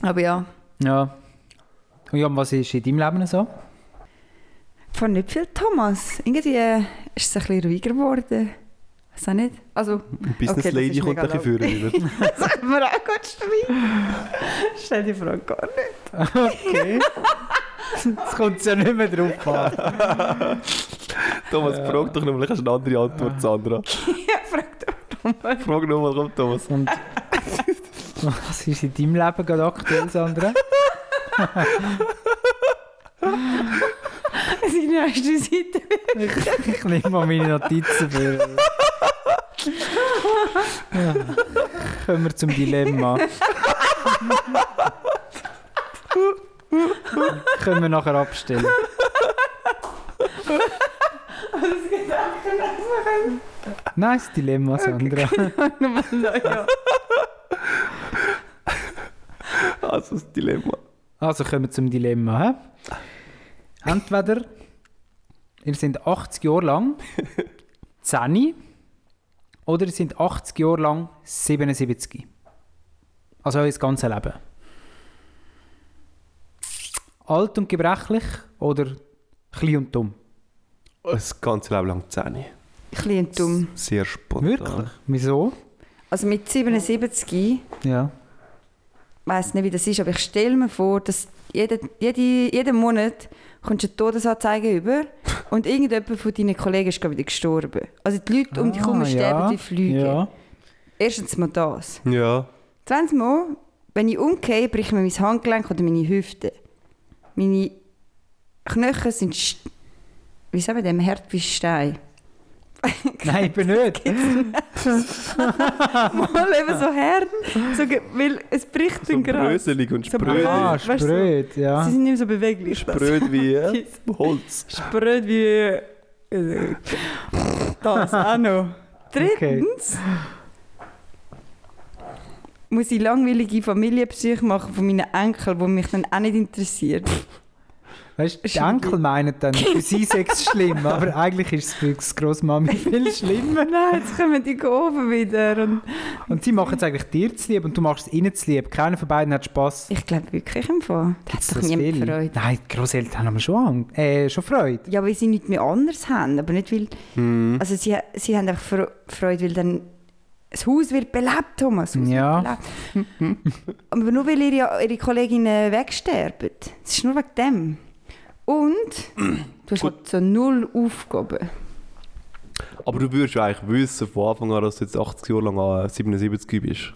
Aber ja,
Ja. Und ja, und was ist in deinem Leben so?
von nicht viel Thomas. Irgendwie äh, ist es ein bisschen ruhiger geworden. Weiß auch nicht. Also,
Eine Business
Okay, das
Lady
ist
kommt
mega
ein bisschen
laut.
führen wieder.
das können wir auch gut schreiben. Stell die Frage gar nicht.
Okay. Jetzt kommt es ja nicht mehr drauf an.
Thomas, frag doch nochmal, ich hast eine andere Antwort, Sandra.
Ja, frag doch nochmal.
Frag nochmal, komm Thomas.
Und was ist in deinem Leben gerade aktuell, Sandra?
Seine erste Seite.
Ich, ich nehme mal meine Notizen für. Ja. Kommen wir zum Dilemma. Können wir nachher abstellen.
Das Gedanken einfach
Nice Dilemma, Sandra.
nochmal neu. an.
Also das Dilemma.
Also kommen wir zum Dilemma. He? Entweder ihr seid 80 Jahre lang 10 oder ihr seid 80 Jahre lang 77. Also euer ganzes Leben. Alt und gebrechlich oder klein und dumm?
das ganze Leben lang Zähne.
Ein bisschen dumm.
Sehr spontan.
Wirklich? Wieso?
Also mit 77
Ja.
weiß nicht, wie das ist, aber ich stelle mir vor, dass jeden, jede, jeden Monat kommst du eine Todesanzeige über und irgendjemand von deinen Kollegen ist gerade wieder gestorben. Also die Leute um dich herum
Ah,
sterben, die fliegen.
Ja.
Erstens mal das.
Ja.
Zweitens mal, wenn ich umgehe, bricht mir mein Handgelenk oder meine Hüfte. Meine Knöchel sind, st- wie sagen wir dem, hart wie Stein.
Nein, ich bin nicht.
Mal eben so hart, so, ge- weil es bricht
So
dann gerade.
bröselig und
So
spröd.
Ah,
Weißt du,
spröd, ja.
Sie sind nicht mehr so beweglich.
Spröd wie äh, Holz.
Spröd wie. äh, Das auch noch. Drittens. Muss ich langweilige Familienbesuche machen von meinen Enkeln, die mich dann auch nicht interessiert.
Weißt du, die
Ist irgendwie-
Enkel meinen dann, für sie sechs schlimm, aber eigentlich ist es für die Großmami viel schlimmer.
Nein, jetzt kommen die oben wieder. Und
Und sie machen es eigentlich dir zu lieb und du machst es ihnen zu lieb. Keiner von beiden hat Spass.
ich glaube wirklich im Fall. Da hat doch
Das
niemand
will.
Freude.
Nein, die Großeltern haben schon, Angst, äh, schon Freude.
Ja, weil sie nichts mehr anders haben. Aber nicht, weil.
Mhm.
Also, sie, sie haben auch Fre- Freude, weil dann. Das Haus wird belebt, Thomas. Das Haus
Ja.
Wird belebt. Aber nur weil ihre, ihre Kolleginnen wegsterben. Es ist nur wegen dem. Und du hast halt so null Aufgaben.
Aber du würdest ja eigentlich wissen von Anfang an, dass du jetzt 80 Jahre lang an 77 bist.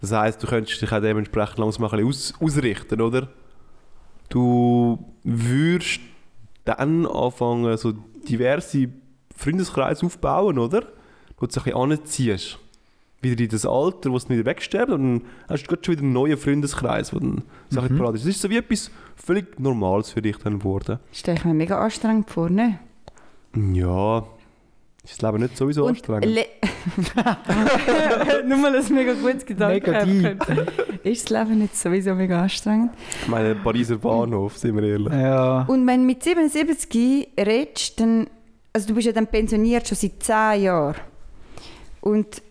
Das heisst, du könntest dich auch dementsprechend langsam mal ein bisschen aus ausrichten, oder? Du würdest dann anfangen, so diverse Freundeskreise aufbauen, oder? Wo du dich ein bisschen anziehst. Wieder in das Alter, wo es wieder wegsterbt und dann hast du gerade schon wieder einen neuen Freundeskreis, wo dann Sachen
Mhm.
parat ist. Das ist so wie etwas völlig Normales für dich dann geworden.
Stelle ich mir mega anstrengend vor, ne?
Ja, ist das Leben nicht sowieso anstrengend?
le- Nur mal ein mega gutes
Mega
Gedanke. Ist das Leben nicht sowieso mega anstrengend?
Ich meine, Pariser Bahnhof, sind wir ehrlich.
Ja.
Und wenn du mit 77 redest, dann, also du bist ja dann pensioniert schon seit 10 Jahren. Und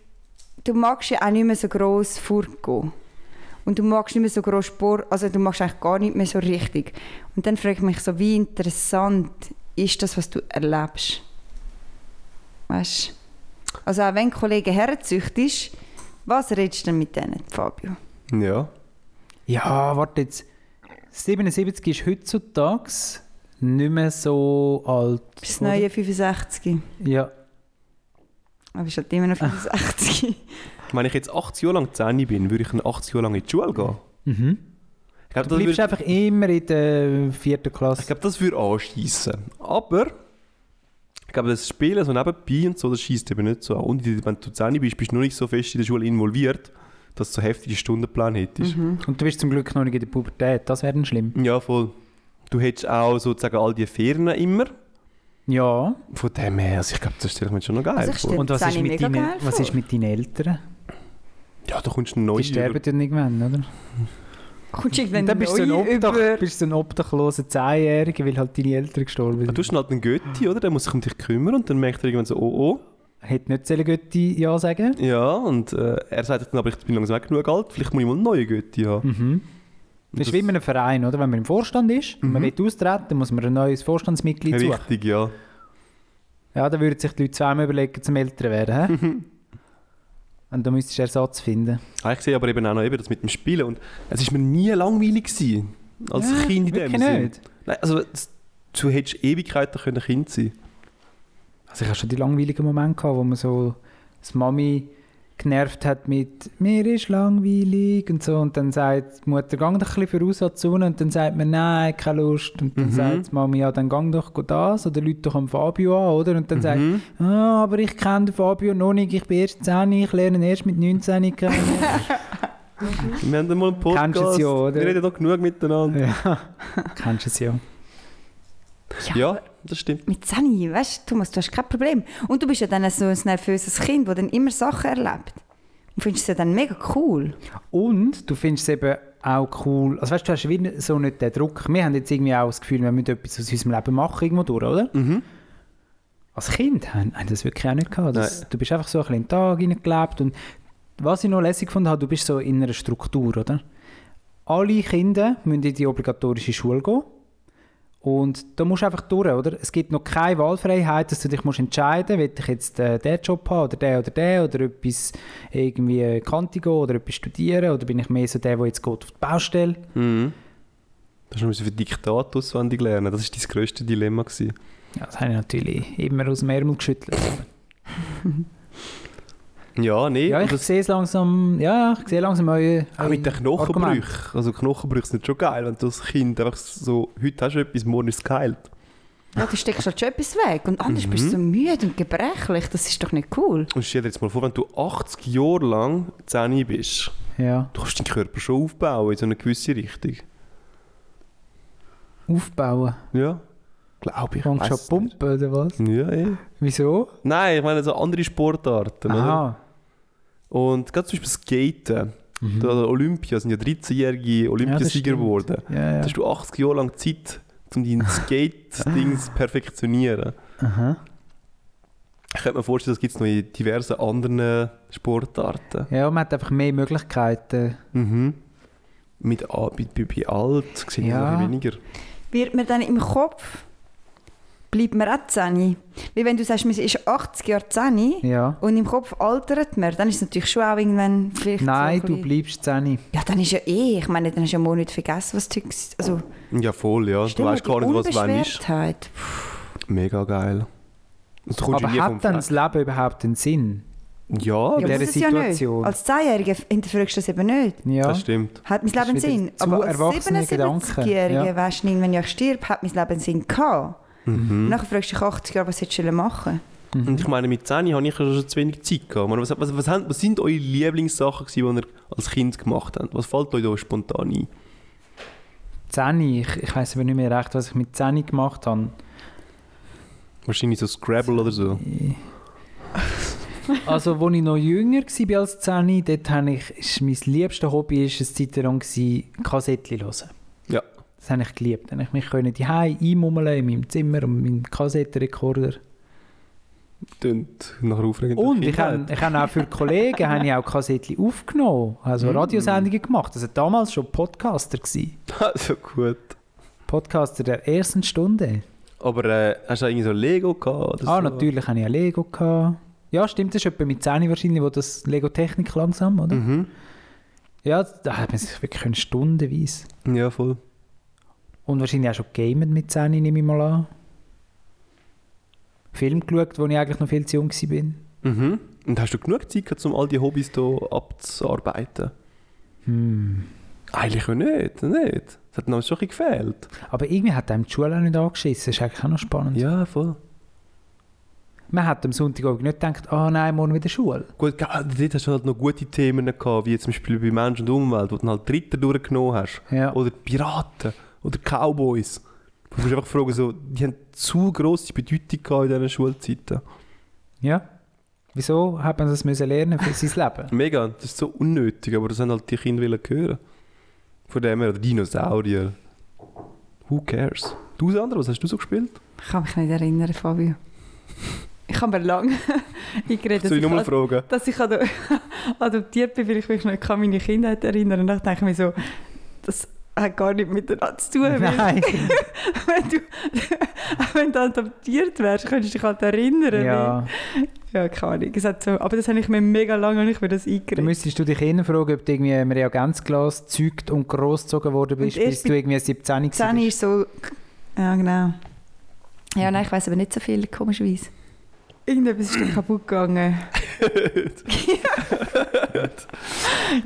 du magst ja auch nicht mehr so gross vorgehen. Und du magst nicht mehr so gross Sport, also du magst eigentlich gar nicht mehr so richtig. Und dann frage ich mich so, wie interessant ist das, was du erlebst? Weißt du? Also auch wenn Kollegen herzüchtig was redest du denn mit denen, Fabio?
Ja.
ja, warte jetzt. 77 ist heutzutage nicht mehr so alt.
Bis neue 65.
oder? Ja.
Aber ich halt immer
Ah.
noch 65.
Wenn ich jetzt 80 Jahre lang 10 bin, würde ich dann 80 Jahre lang in die Schule gehen.
Mhm.
Ich glaube,
Du
das,
bleibst
würde-
einfach immer in der vierten
ich
Klasse.
glaube, das würde anschiessen. Aber ich glaube, das Spielen so nebenbei und so, das schießt eben nicht so an. Und wenn du 10 bist, bist du noch nicht so fest in der Schule involviert, dass du so heftige Stundenplan hättest.
Und du bist zum Glück noch nicht in der Pubertät. Das wäre dann schlimm.
Ja, voll. Du hättest auch sozusagen all die Ferien immer.
Ja.
Von dem her, also ich glaube, das stelle ich mir schon noch geil
Also ich
vor.
stell-
Und was
Das
ist,
habe ich
mit
mega
deinen,
geil
was
vor.
ist mit deinen Eltern?
Ja, da kommst du neu
Die sterben ja nicht mehr, oder?
Kommst du
Und
irgendwann
dann bist du, ein
neu
Obdach, bist du ein obdachloser Zehnjähriger, weil halt deine Eltern gestorben
Ja,
sind.
du hast dann halt einen Götti, oder? Der muss sich um dich kümmern und dann merkt er irgendwann so, oh oh.
Hätte nicht sollen Götti Ja sagen
Ja, und äh, er sagt dann, aber ich bin langsam auch genug alt, vielleicht muss ich mal einen neuen Götti haben.
mhm. Das ist wie in einem Verein, oder? Wenn man im Vorstand ist und man
Mhm.
will austreten, dann muss man ein neues Vorstandsmitglied suchen.
Richtig, ja.
Ja, dann würden sich die Leute zweimal überlegen, zum Älter werden. hä? und dann müsstest du Ersatz finden.
Ah, Ich sehe aber eben auch noch eben das mit dem Spielen und es ist mir nie langweilig gewesen, als
Ja,
Kind in dem
wirklich
Sinn.
nicht.
Nein, also das- du hättest Ewigkeiten können Kind sein
Mhm. Also ich habe schon die langweiligen Momente gehabt, wo man so das Mami genervt hat mit «Mir ist langweilig» und so und dann sagt die Mutter «Geh doch ein bisschen voraus an die Sonne» und dann sagt man «Nein, keine Lust» und dann
Mhm.
sagt die Mami «Ja, dann geh doch go das» oder «Leute doch am Fabio an», oder? Und dann sagt
Mhm.
«Ah, aber ich kenne den Fabio noch nicht, ich bin erst 10, ich lerne ihn erst mit 19 kennen.»
Wir haben dann mal einen Podcast,
Kennst du es ja, oder?
wir reden doch genug miteinander.
Ja, kennst du es ja.
Ja, das stimmt.
Mit Sani, weißt du, Thomas, du hast kein Problem. Und du bist ja dann so ein nervöses Kind, das dann immer Sachen erlebt. Und findest es ja dann mega cool.
Und du findest es eben auch cool, also weißt du, du hast wie so nicht den Druck. Wir haben jetzt irgendwie auch das Gefühl, wir müssen etwas aus unserem Leben machen, irgendwo durch, oder?
Mhm.
als Kind haben, haben das wirklich auch nicht gehabt. Das,
Nein.
du bist einfach so ein bisschen in den Tag hineingelebt und was ich noch lässig gefunden habe, du bist so in einer Struktur, oder? Alle Kinder müssen in die obligatorische Schule gehen Und da musst du einfach durch, oder? Es gibt noch keine Wahlfreiheit, dass du dich musst entscheiden musst, will ich jetzt äh, den Job haben oder den oder den oder etwas irgendwie äh, Kante gehen oder etwas studieren oder bin ich mehr so der, der jetzt geht auf die Baustelle?
Mhm. Das musst du für Diktat auswendig lernen. Das war dein grösstes Dilemma. Gewesen.
Ja, das habe ich natürlich immer aus dem Ärmel geschüttelt.
Ja, nee.
Ja,
und
ich
das,
sehe es langsam, ja, ich sehe langsam euer
auch mit den
euer Ähm, Argument.
Knochenbrüchen. Also Knochenbrüche sind schon geil, wenn du als Kind einfach so, heute hast du etwas, morgen ist es geil.
Ja, du steckst halt schon etwas weg und anders bist du
Mhm.
so müde und gebrechlich. Das ist doch nicht cool.
Und stell dir jetzt mal vor, wenn du 80 Jahre lang 10 bist,
Ja,
du kannst deinen Körper schon aufbauen in so eine gewisse Richtung.
aufbauen.
Ja, glaube ich.
Fangst du an
weiss nicht.
pumpen oder was?
Ja, eh.
Wieso?
Nein, ich meine so andere Sportarten. Oder?
Aha.
Und gerade zum Beispiel Skaten. Da an der Olympia sind ja 13-jährige Olympiasieger
Mhm. stimmt.
geworden.
Ja,
Da
ja.
hast du 80 Jahre lang Zeit, um dein Skate-Dings zu perfektionieren.
Aha.
Ich könnte mir vorstellen, das gibt es noch in diversen anderen Sportarten.
Ja, man hat einfach mehr Möglichkeiten.
Mhm. Mit A- bei, bei, bei Alt sehe ich
Ja.
noch ein bisschen weniger.
Wird mir dann im Kopf, bleibt mir auch 10. Weil wenn du sagst, man ist 80 Jahre 10
Ja.
und im Kopf altert man, dann ist es natürlich schon auch irgendwann vielleicht
Nein,
so ein
du
bisschen-
bleibst 10.
Ja, dann ist ja eh, ich meine, dann hast du ja einen Monat vergessen, was du... Also,
Ja, voll, ja. Du
stell dir
weißt
die
gar nicht, was wann ist.
Unbeschwertheit.
Mega geil. Das kommst du
Aber
nie
hat
vom
dann
Fest.
das Leben überhaupt einen Sinn?
Ja,
Ja,
Ja,
dieser
das ist ja
Situation.
nicht. Als Zehnjähriger hinterfragst du das eben nicht.
Ja.
das stimmt.
Hat mein
Das
Leben
ist wieder
Sinn?
zu
Aber als
erwachsene
77-Jähriger
Gedanken, ja.
weißt du nicht, wenn ich stirb, hat mein Leben Sinn gehabt.
Mhm.
Und Nachher fragst du dich 80 Jahre, was hättest du machen
Mhm. Und ich meine, mit 10 habe ich ja schon zu wenig Zeit gehabt. Ich meine, Was, was, was, haben, was sind eure Lieblingssachen, gewesen, die ihr als Kind gemacht habt? Was fällt euch da spontan ein?
10, ich, ich weiß aber nicht mehr recht, was ich mit 10 gemacht habe.
Wahrscheinlich so Scrabble oder so.
Also, als ich noch jünger war als 10, dort habe ich, ist mein liebstes Hobby ist eine Zeit lang gewesen, Kassettchen hören.
Ja.
Das habe ich geliebt. Dann habe ich mich können die einmummeln in meinem Zimmer und meinem Kassettenrekorder.
Tönt nachher aufregend.
Und ich habe, ich habe auch für die Kollegen habe ich auch Kassettchen aufgenommen, also
Mm.
Radiosendungen gemacht. Das war damals schon Podcaster. Gewesen.
so gut.
Podcaster der ersten Stunde.
Aber äh, hast du irgendwie so Lego gehabt? Oder
ah,
so?
natürlich hatte ich ein Lego. Gehabt. Ja, stimmt, das ist etwa mit 10 wahrscheinlich, wo das Lego-Technik langsam, oder?
Mhm.
Ja, da hat man sich wirklich können stundenweise.
Ja, voll.
Und wahrscheinlich auch schon gamen mit 10, nehme ich mal an. Film geschaut, wo ich eigentlich noch viel zu jung war.
Mhm. Und hast du genug Zeit gehabt, um all die Hobbys hier abzuarbeiten?
Hm.
Eigentlich auch nicht, nicht. Das hat uns schon ein bisschen gefehlt.
Aber irgendwie hat einem die Schule auch nicht angeschissen. Das ist eigentlich auch noch spannend.
Ja, voll.
Man hat am Sonntagabend nicht gedacht, ah nein, morgen wieder Schule.
Gut, ge- dort hast du halt noch gute Themen gehabt, wie zum Beispiel bei Mensch und Umwelt, wo du dann halt Dritter durchgenommen hast.
Ja.
Oder Piraten. Oder Cowboys. Du musst einfach fragen, so, die haben zu grosse Bedeutung gehabt in diesen Schulzeiten.
Ja. Wieso hat man das müssen lernen für sein Leben?
Mega, das ist so unnötig, aber das haben halt die Kinder wollen hören. Von dem her, oder Dinosaurier. Who cares? Du, Sandra, was hast du so gespielt?
Ich kann mich nicht erinnern, Fabio. Ich habe mir lange eingeredet, dass
Soll ich
ich,
halt-
nochmal
ad
fragen?
dass ich ado adoptiert bin, weil ich mich nicht an meine Kindheit erinnern kann. Und dann denke ich mir so, das hat gar nichts miteinander zu tun. weil
Nein.
Wenn du, auch wenn du adoptiert wärst, könntest du dich halt erinnern.
ja.
weil- ja keine Ahnung. Es hat so, aber das habe ich mir mega lange und ich mir das
Dann
eingeredet.
müsstest du dich innen fragen, ob du irgendwie im Reagenzglas gezeugt und großgezogen worden bist,
erst
bis
bei
du irgendwie 17 warst.
10 ist so... Ja, genau. Ja, nein, ich weiß aber nicht so viel, komischerweise. Irgendetwas ist dann kaputt gegangen.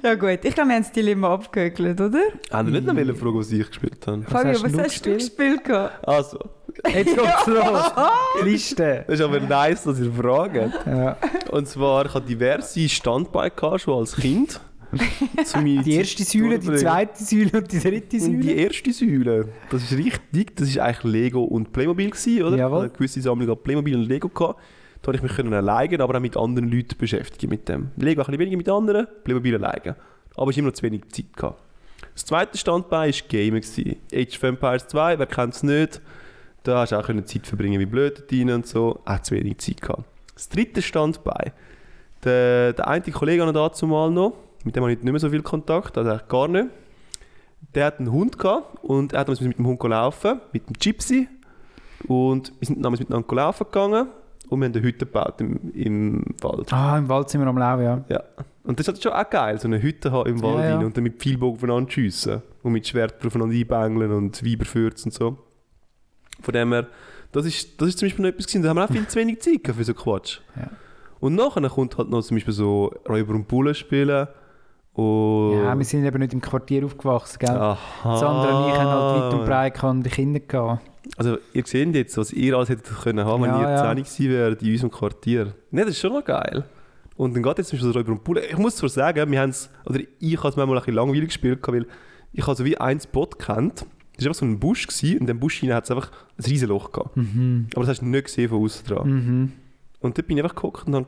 ja gut, ich glaube, wir haben das Dilemma abgehökelt, oder?
Haben wir nicht noch wollen fragen, was ich gespielt habe?
Was
Fabio,
hast
was
du
hast du gespielt? gehabt? Oh!
Also,
Jetzt geht's los. Die Liste.
das ist aber nice, dass ihr fragt.
Ja.
Und zwar, ich hatte diverse Standbeine gehabt, schon als Kind. Zu meinen
Die erste Säule, die
Zeitdurchbringen.
zweite Säule und die dritte
Und die
Säule.
erste Säule, das ist richtig, das ist eigentlich Lego und Playmobil gewesen,
Jawohl.
oder? Ich hatte eine gewisse Sammlung an Playmobil und Lego gehabt. Da habe ich mich können alleine, aber auch mit anderen Leuten beschäftigen mit dem. Lego ein bisschen weniger mit anderen, Playmobil alleine. Aber ich habe immer noch zu wenig Zeit gehabt. Das zweite Standbein war Gamer. gewesen. Age of Empires 2, wer kennt es nicht? Da hast du auch können Zeit verbringen wie blöd dort rein und so. Auch zu wenig Zeit gehabt. Das dritte Standbein. Der, der eine Kollege hatte dazu mal noch, mit dem habe ich nicht mehr so viel Kontakt, also eigentlich gar nicht. Der hat einen Hund gehabt und er hat damals mit dem Hund laufen, mit dem Gypsy. Und wir sind damals miteinander laufen gegangen und wir haben eine Hütte gebaut im, im Wald.
Ah, im Wald sind wir am Laufen, ja.
Ja. Und das ist halt schon auch geil, so eine Hütte haben im Wald
Ja, ja.
rein und dann mit Pfeilbogen aufeinander schiessen und mit Schwert aufeinander einbängeln und Weiberfürzen und so. Von dem her, das ist, das ist zum Beispiel noch etwas gewesen, da haben wir auch viel zu wenig Zeit gehabt für so Quatsch.
Ja.
Und nachher kommt halt noch zum Beispiel so Räuber und Bullen spielen und...
Ja, wir sind eben nicht im Quartier aufgewachsen, gell?
Oh. Aha.
Sandra und ich haben halt weit und breit gehabt und in die Kinder gehen.
Also ihr seht jetzt, was ihr alles hättet können haben, wenn
Ja,
ihr
ja.
10 gewesen wärt in unserem Quartier. Ne, das ist schon noch geil. Und dann geht jetzt zum Beispiel so Räuber und Bullen. Ich muss zwar sagen, wir haben es, oder ich habe es manchmal ein bisschen langweilig gespielt, weil ich habe so wie einen Spot kennt. Das war einfach so ein Busch gewesen, und in diesem Busch hinein hat es einfach ein riesen Loch gehabt.
Hm.
Aber das hast du nicht gesehen von außen dran.
Mhm.
Und dort bin ich einfach geguckt und dann...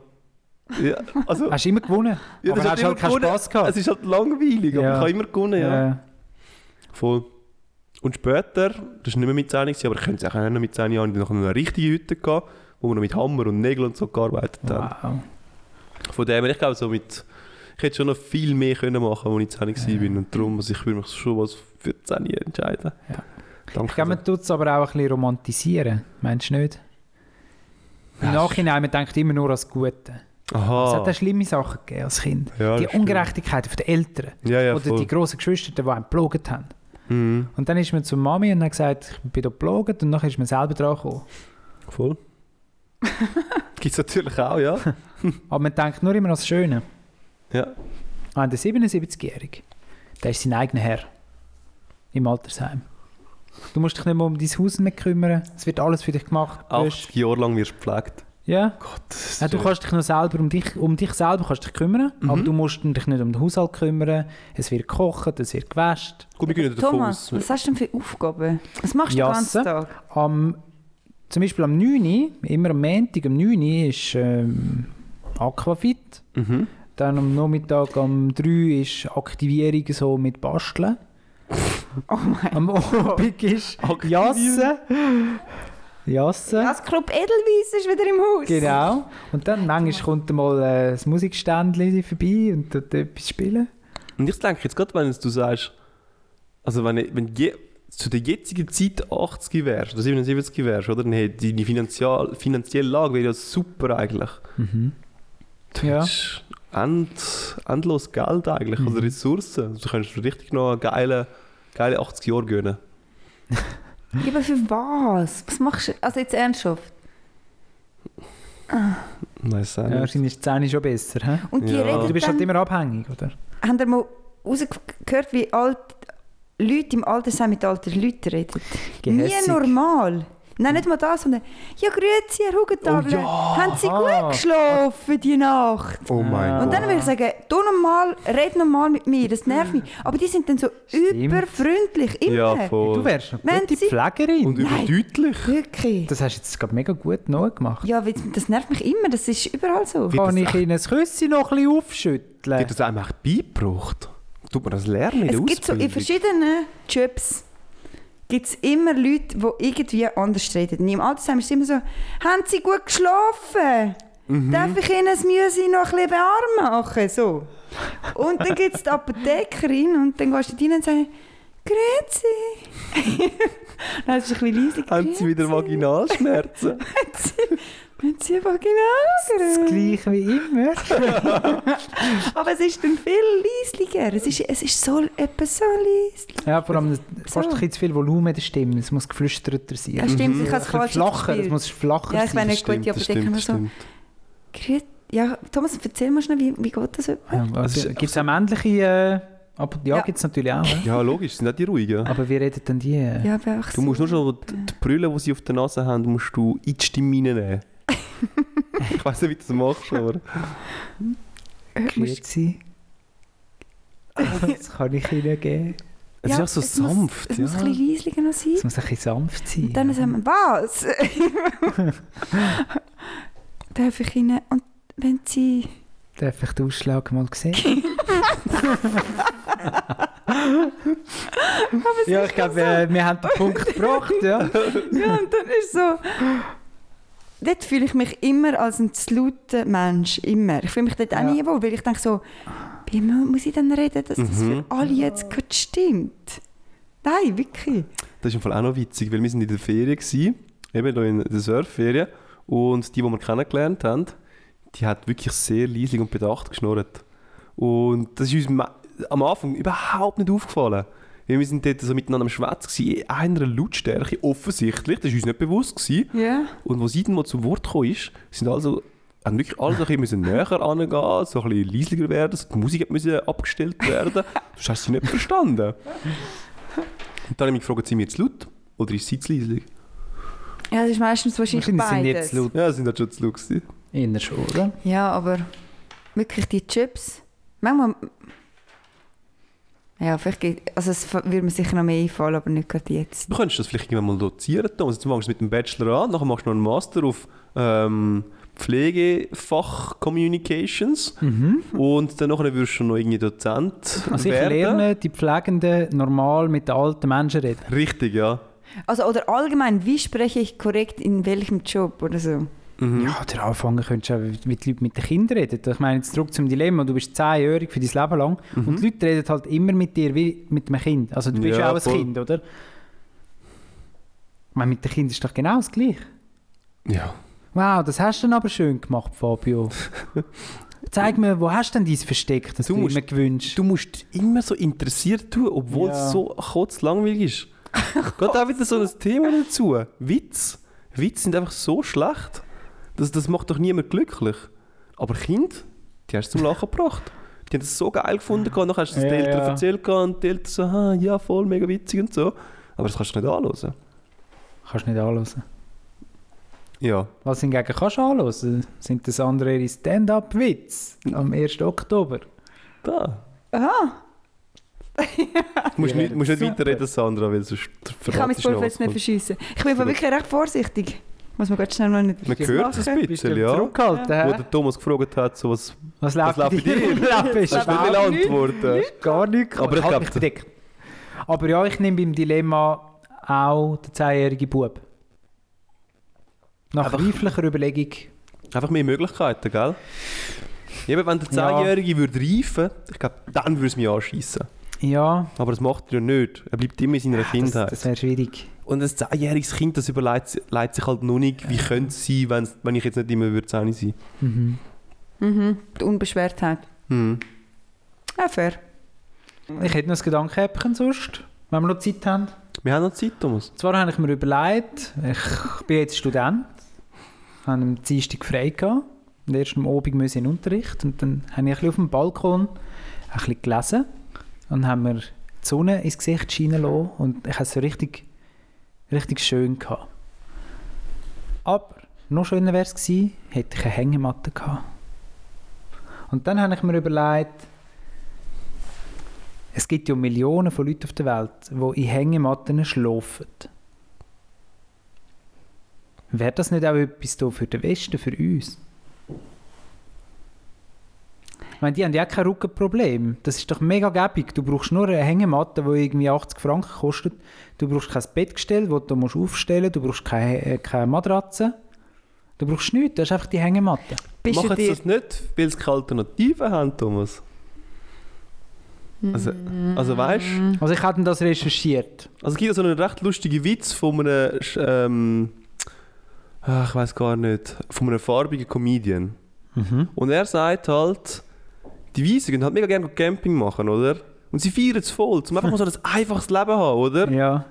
Ja, also,
Hast du immer gewonnen?
ja,
aber
das hat
hast
immer
halt keinen
gewonnen.
Spass gehabt.
es ist halt langweilig, aber
Ja.
ich habe immer gewonnen, ja.
Äh,
Voll. Und später, das war nicht mehr mit 10 gewesen, aber ich könnte es auch noch mit 10 Jahren, noch eine richtige Hütte gehabt, wo wir noch mit Hammer und Nägeln und so gearbeitet haben.
wow.
Von dem her, ich glaube, so mit, ich hätte schon noch viel mehr können machen können, als ich 10 gewesen bin. Und darum, also ich würde mich schon was für 10 entscheiden.
Ja. Ich
Danke.
glaube, man tut es aber auch ein bisschen romantisieren. Meinst du nicht? Im
Ja,
Nachhinein, man denkt immer nur ans Gute. Es
Aha.
hat auch schlimme Sachen gegeben als Kind.
Ah. ja,
die
das stimmt.
Ungerechtigkeiten von den Eltern
Ja, ja,
oder
voll.
die grossen Geschwister, die einen geplagt haben.
Mhm.
Und dann ist man zur Mami und hat gesagt, ich bin da geplagt und nachher ist man selber dran gekommen.
Voll. Gibt es natürlich auch, ja.
Aber man denkt nur immer ans Schöne.
Ja.
Ah, der 77-Jährige, der ist sein eigener Herr im Altersheim. Du musst dich nicht mehr um dein Haus mehr kümmern, es wird alles für dich gemacht. Du hast-
80 Jahre lang wirst du gepflegt.
Ja.
Gott, das ist
Ja, du
schön.
kannst dich noch selber um dich, um dich selber kannst dich kümmern, aber du musst dich nicht um den Haushalt kümmern. Es wird gekocht, es wird gewäscht.
Gut, wir gehen nicht davon
Thomas,
aus.
was hast du denn für Aufgaben? Was machst du
Jassen.
den ganzen Tag?
Am, zum Beispiel am 9. Uhr, immer am Montag am 9. Uhr ist ähm, Aquafit.
Mhm.
Dann am Nachmittag am 3 Uhr ist Aktivierung so mit Basteln.
Oh mein
Am Abend ist
Aktivierung.
Jassen. Jassen.
Das Club Edelweiss ist wieder im Haus.
Genau. Und dann manchmal kommt mal äh, das Musikständchen vorbei und dort etwas spielen.
Und ich denke jetzt gerade, wenn es du sagst, also wenn, ich- wenn je, zu der jetzigen Zeit 80 wärst oder 77 wärst, oder? Dann hätte deine finanzielle, finanzielle Lage wäre ja super eigentlich. Du
Ja.
hättest end, endlos Geld eigentlich oder Ressourcen. Also du könntest dir richtig noch geile, geile 80 Jahre gönnen.
Ja, Aber für was? Was machst du? Also jetzt ernsthaft.
Weiss auch
Ja,
nicht.
wahrscheinlich ist die Szene schon besser. He?
Und die
Ja.
reden
Du bist halt
dann,
immer abhängig, oder?
haben ihr mal rausgehört, wie alt Leute im Alter sind mit alten Leuten reden?
Gehässig.
Nie normal. Nein, nicht mal das, sondern «Ja, grüezi, Herr Hugenthaler,
Oh
haben Sie
aha.
gut geschlafen die Nacht?»
Oh mein
Ah.
Und dann würde ich sagen, «Du normal, red normal mit mir, das nervt mich.» Aber die sind dann so überfreundlich, immer.
Ja,
Du
voll.
wärst eine
Wenn
gute
sie-
Pflegerin.
Und überdeutlich.
Wirklich.
das hast du jetzt gerade mega gut noch gemacht.
Ja, weil das nervt mich immer, das ist überall so.
Kann
das-
ich Ihnen das Küsschen noch ein bisschen aufschütteln?
Wird das einem echt beigebracht? Tut man das lernen in der
Es gibt so in
Ausbildung?
verschiedenen Jobs gibt's immer Leute, die irgendwie anders reden. Und Im Altersheim ist es immer so, haben sie gut geschlafen?
Mhm.
Darf ich ihnen das Müsi noch ein bisschen warm machen? So. Und dann gibt es die Apothekerin und dann gehst du rein und sagst, «Grüezi!» Dann ist es ein bisschen leise.
Haben sie wieder
«Grüezi,
Vaginalschmerzen?
Haben sie vaginal
das gleiche wie immer.
Aber es ist dann viel leislicher. Es ist, es ist so etwas so leislich.
Ja, vor allem fast ein bisschen zu viel Volumen in der Stimme. Es muss geflüsterter sein.
Ja, stimmt, ich habe es
Mhm. Ein bisschen
falsch
flacher, es
gespielt.
muss flacher
Ja, ich
sein.
meine, gute Apotheke haben wir so. Grüezi. Ja, Thomas, erzähl mal schnell, wie, wie geht das?
Ja, also, gibt es auch männliche... Äh, aber, ja,
Ja.
gibt es natürlich auch. ja.
Ja, logisch, sind nicht die ruhigen.
Aber wie reden denn die? äh?
Ja, aber einfach
Du
so.
musst nur schon die, die Brille, die sie auf der Nase haben, musst du in die Stimme reinnehmen. ich weiß nicht, wie du das machst, aber.
äh,
Grüezi. Das kann ich Ihnen geben.
Es
Ja,
ist auch so
es
sanft.
Muss, es
ja.
muss ein bisschen leislicher noch sein.
Es muss ein bisschen sanft sein.
Und dann sagen wir, was? Darf ich Ihnen... Und wenn Sie...
Darf ich den Ausschlag mal sehen? ja, ich glaube, äh, wir haben den Punkt gebracht. Ja.
Ja, und dann ist so... Dort fühle ich mich immer als ein zu lauter Mensch. Immer. Ich fühle mich dort auch
Ja.
nie wohl, weil ich denke so... wie mu- muss ich dann reden, dass das für alle jetzt gerade stimmt? Nein, wirklich.
Das ist im Fall auch noch witzig, weil wir sind in der Ferien gewesen, eben da in der Surfferien. Und die, die wir kennengelernt haben, die hat wirklich sehr leislich und bedacht geschnurrt. Und das ist uns ma- am Anfang überhaupt nicht aufgefallen. Weil wir sind dort so miteinander am Schwätzen, gewesen, in einer Lautstärke, offensichtlich, das war uns nicht bewusst. Gewesen.
Ja.
Und wo sie dann mal zum Wort gekommen ist, sind also haben wirklich alle so ein bisschen näher herangehen, so ein bisschen leisiger werden, so die Musik hat müssen abgestellt werden. Sonst hast du sie nicht verstanden. Und dann habe ich mich gefragt, sind wir jetzt laut oder ist sie zu leisig?
Ja, das ist meistens wahrscheinlich
Wahrscheinlich sind
beides.
jetzt laut
Ja, sind halt schon zu laut gewesen.
in der Schule.
Ja, aber wirklich die Chips, manchmal... Ja, vielleicht gibt, also es f- würde mir sicher noch mehr einfallen, aber nicht gerade jetzt.
Du könntest das vielleicht irgendwann mal dozieren, Thomas. Jetzt fängst du mit dem Bachelor an, nachher machst du noch einen Master auf ähm, Pflegefach Communications und dann nachher würdest du noch irgendwie Dozent
Mhm. Also ich
werden.
lerne die Pflegenden normal mit den alten Menschen reden.
Richtig, ja.
Also, oder allgemein, wie spreche ich korrekt in welchem Job oder so?
Mhm.
Ja, oder anfangen könntest du auch mit den Leuten mit den Kindern reden. Ich meine, jetzt zurück zum Dilemma, du bist 10-jährig für dein Leben lang und die Leute reden halt immer mit dir wie mit einem Kind. Also du bist
Mhm. Ja,
ja auch ein
voll.
Kind, oder? Ich meine, mit den Kindern ist doch genau das Gleiche.
Ja.
Wow, das hast du denn aber schön gemacht, Fabio. Zeig mir, wo hast du denn dein Versteck, das
Du
du,
musst-
immer gewünscht
Du musst immer so interessiert tun, obwohl
Ja.
es so kurz langweilig ist. Geht auch wieder so ein Thema dazu. Witz. Witz sind einfach so schlecht. Das, das macht doch niemand glücklich. Aber Kind, die hast du zum Lachen gebracht. Die haben das so geil gefunden, und dann hast du es
Ja,
den Eltern
ja.
erzählt und die Eltern so, ah, ja, voll, mega witzig und so. Aber das kannst du nicht anhören.
Kannst nicht anhören.
Ja.
Was hingegen kannst du anhören, sind das andere ihre Stand-up-Witz am 1. Oktober.
Da.
Aha,
Du musst
Die
nicht,
werden
musst nicht
super.
weiterreden, Sandra, weil sonst
ich kann mein
verratest du noch,
Pulver
was
jetzt nicht
kommt.
verschiessen. Ich bin aber wirklich recht vorsichtig. Muss man ganz schnell noch nicht...
Man hört es ein
Bist du
bisschen, ja.
zurückgehalten,
Wo
hä?
der Thomas gefragt hat, so was
Was läuft bei
läuft bei
dir?
dir?
Läuft bei
Hast du nicht
Schlau-
antworten?
Gar nichts.
Aber ich
Halt
glaub-
mich bedeckt. Aber ja, ich nehme beim Dilemma auch den 10-jährigen Bub. Nach reiflicher Überlegung.
Einfach mehr Möglichkeiten, gell? Eben, wenn der
Ja.
10-Jährige würde reifen ich glaube, dann würde es mich anschiessen.
Ja,
Aber das macht er ja nicht. Er bleibt immer in seiner
das,
Kindheit.
das wäre schwierig.
Und ein 10-jähriges Kind, das überlegt leidet sich halt noch nicht, wie könnte es sein, wenn's, wenn ich jetzt nicht immer würde 10 sein
Mhm.
Mhm, die Unbeschwertheit.
hm.
Ja, fair.
Ich hätte noch ein Gedankenhäppchen sonst, wenn wir noch Zeit haben.
Wir haben noch Zeit, Thomas.
Und zwar habe ich mir überlegt, ich bin jetzt Student, habe am Dienstag frei gehabt und erst am Abend muss ich in den Unterricht und dann habe ich ein bisschen auf dem Balkon ein bisschen gelesen und haben mir die Sonne ins Gesicht scheinen lassen und ich habe es so richtig, richtig schön gehabt. Aber noch schöner wäre es gewesen, hätte ich eine Hängematte gehabt. Und dann habe ich mir überlegt, es gibt ja Millionen von Leuten auf der Welt, die in Hängematten schlafen. Wäre das nicht auch etwas da für den Westen, für uns? Ich meine, die haben ja auch kein Rückenproblem. Das ist doch mega gäbig. Du brauchst nur eine Hängematte, die irgendwie 80 Franken kostet. Du brauchst kein Bettgestell, das du musst aufstellen musst. Du brauchst keine, äh, keine Matratze. Du brauchst nichts, du hast einfach die Hängematte.
Bist
Machen
du
sie
dir...
das nicht, weil sie keine Alternativen haben, Thomas. Also, also weißt du?
Also ich habe das recherchiert.
Also es gibt so einen recht lustigen Witz von einem, Sch- ähm, ah, ich weiß gar nicht, von einem farbigen Comedian.
Mhm.
Und er sagt halt, die Weißen gehen halt mega gerne Camping machen, oder? Und sie feiern es voll, um einfach mal so ein einfaches Leben zu haben, oder?
Ja.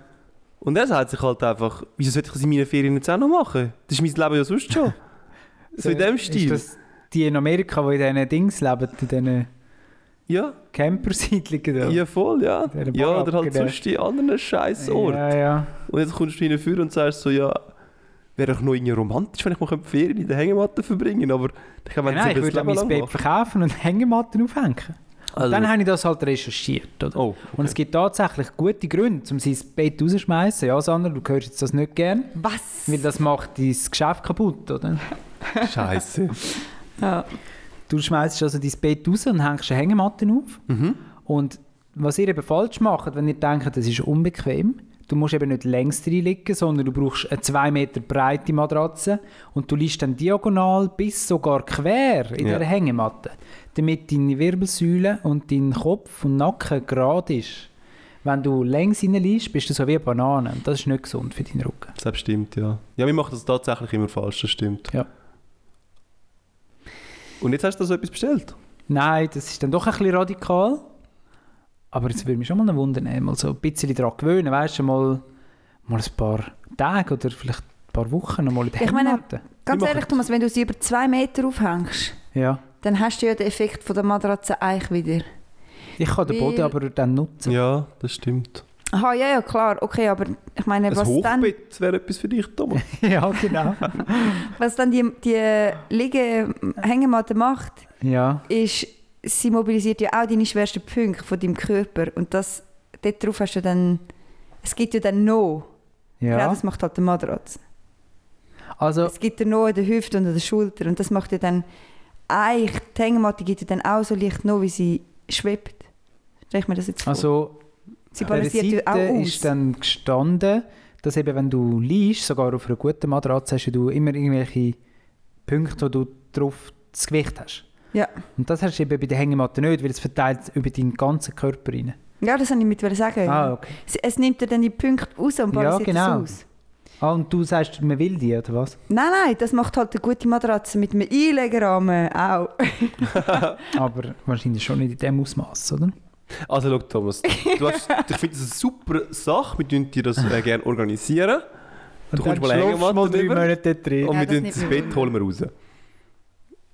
Und er sagt sich halt einfach, wieso sollte ich das in meinen Ferien jetzt auch noch machen? Das ist mein Leben ja sonst schon. so in dem Stil.
Ist das die in Amerika, die in diesen Dings leben, in diesen
ja,
Campersiedlungen da?
ja, voll, ja.
Der
Ja,
Barack,
oder halt
der-
sonst die anderen scheiß Orte.
Ja, ja.
Und jetzt kommst du hinführen und sagst so, ja, wäre doch noch irgendwie romantisch, wenn ich mal könnte Ferien in der Hängematte verbringen aber ich glaube, wenn
Nein, ich
es
würde auch mein Bett verkaufen und Hängematten aufhängen.
Also-
Dann habe ich das halt recherchiert. Oder?
Oh, okay.
Und es gibt tatsächlich gute Gründe, um sein Bett rauszuschmeißen. Ja, Sandra, du hörst jetzt das nicht gern,
Was?
weil das macht dein Geschäft kaputt, oder?
Scheiße.
Ja.
Du schmeißt also dein Bett raus und hängst eine Hängematte auf. Und was ihr eben falsch macht, wenn ihr denkt, das ist unbequem, Du musst eben nicht längs drin liegen, sondern du brauchst eine 2 Meter breite Matratze und du liegst dann diagonal bis sogar quer in
Ja.
der Hängematte, damit deine Wirbelsäule und dein Kopf und Nacken gerade ist. Wenn du längs rein liegst, bist du so wie eine Banane und das ist nicht gesund für deinen Rücken.
Das stimmt, ja. Ja, wir machen das tatsächlich immer falsch, das stimmt.
Ja.
Und jetzt hast du so etwas bestellt?
Nein, das ist dann doch ein bisschen radikal. Aber jetzt würde mich schon mal noch wundern, ey, mal so ein bisschen daran gewöhnen, weißt du, mal, mal ein paar Tage oder vielleicht ein paar Wochen noch mal in der
Ich meine-
Hängematte.
Ganz
Wir
ehrlich, Thomas, wenn du sie über zwei Meter aufhängst,
Ja.
dann hast du ja den Effekt von der Matratze eigentlich wieder.
Ich kann den Boden
Weil-
aber dann nutzen.
Ja, das stimmt.
Aha, ja, ja, klar, okay, aber ich meine,
Ein
was dann,
Hochbett wäre etwas für dich, Thomas.
Ja, genau.
was dann die, die Liege, Hängematte macht,
ja.
ist, sie mobilisiert ja auch deine schwersten Punkte von deinem Körper und das, dort drauf hast du dann, es gibt ja dann noch, ja.
Ja.
das macht halt der Matratze.
Also,
Es gibt ja noch an der Hüfte und an der Schulter und das macht ja dann, eigentlich, die Hängematte gibt ja dann auch so leicht noch, wie sie schwebt. Stell ich mir das jetzt vor.
also
sie
An dieser
balanciert ja auch
Seite
aus.
ist dann gestanden, dass eben, wenn du liegst, sogar auf einer guten Matratze, hast du immer irgendwelche Punkte, wo du drauf das Gewicht hast.
Ja.
Und das hast du eben bei der Hängematte nicht, weil es verteilt über deinen ganzen Körper rein.
ja, das wollte ich mit sagen.
Ah, okay.
Es- Es nimmt dir dann die Punkte raus und
Ja,
balanciert ja,
genau.
genau. aus.
Ah, und du sagst, man will die, oder was?
Nein, nein, das macht halt eine gute Matratze mit einem Einlegerrahmen auch.
Aber wahrscheinlich schon nicht in dem Ausmaß, oder?
Also, schau, Thomas, du hast, ich finde das eine super Sache. Wir würden dir das äh, gerne organisieren.
Und
kommst
dann
mal eine
schlafst
Hängematte
mal drei
drüber.
Monate dort drin.
Und
Ja,
wir
das
tun
nimmt
das
mich
Bett holen wir raus.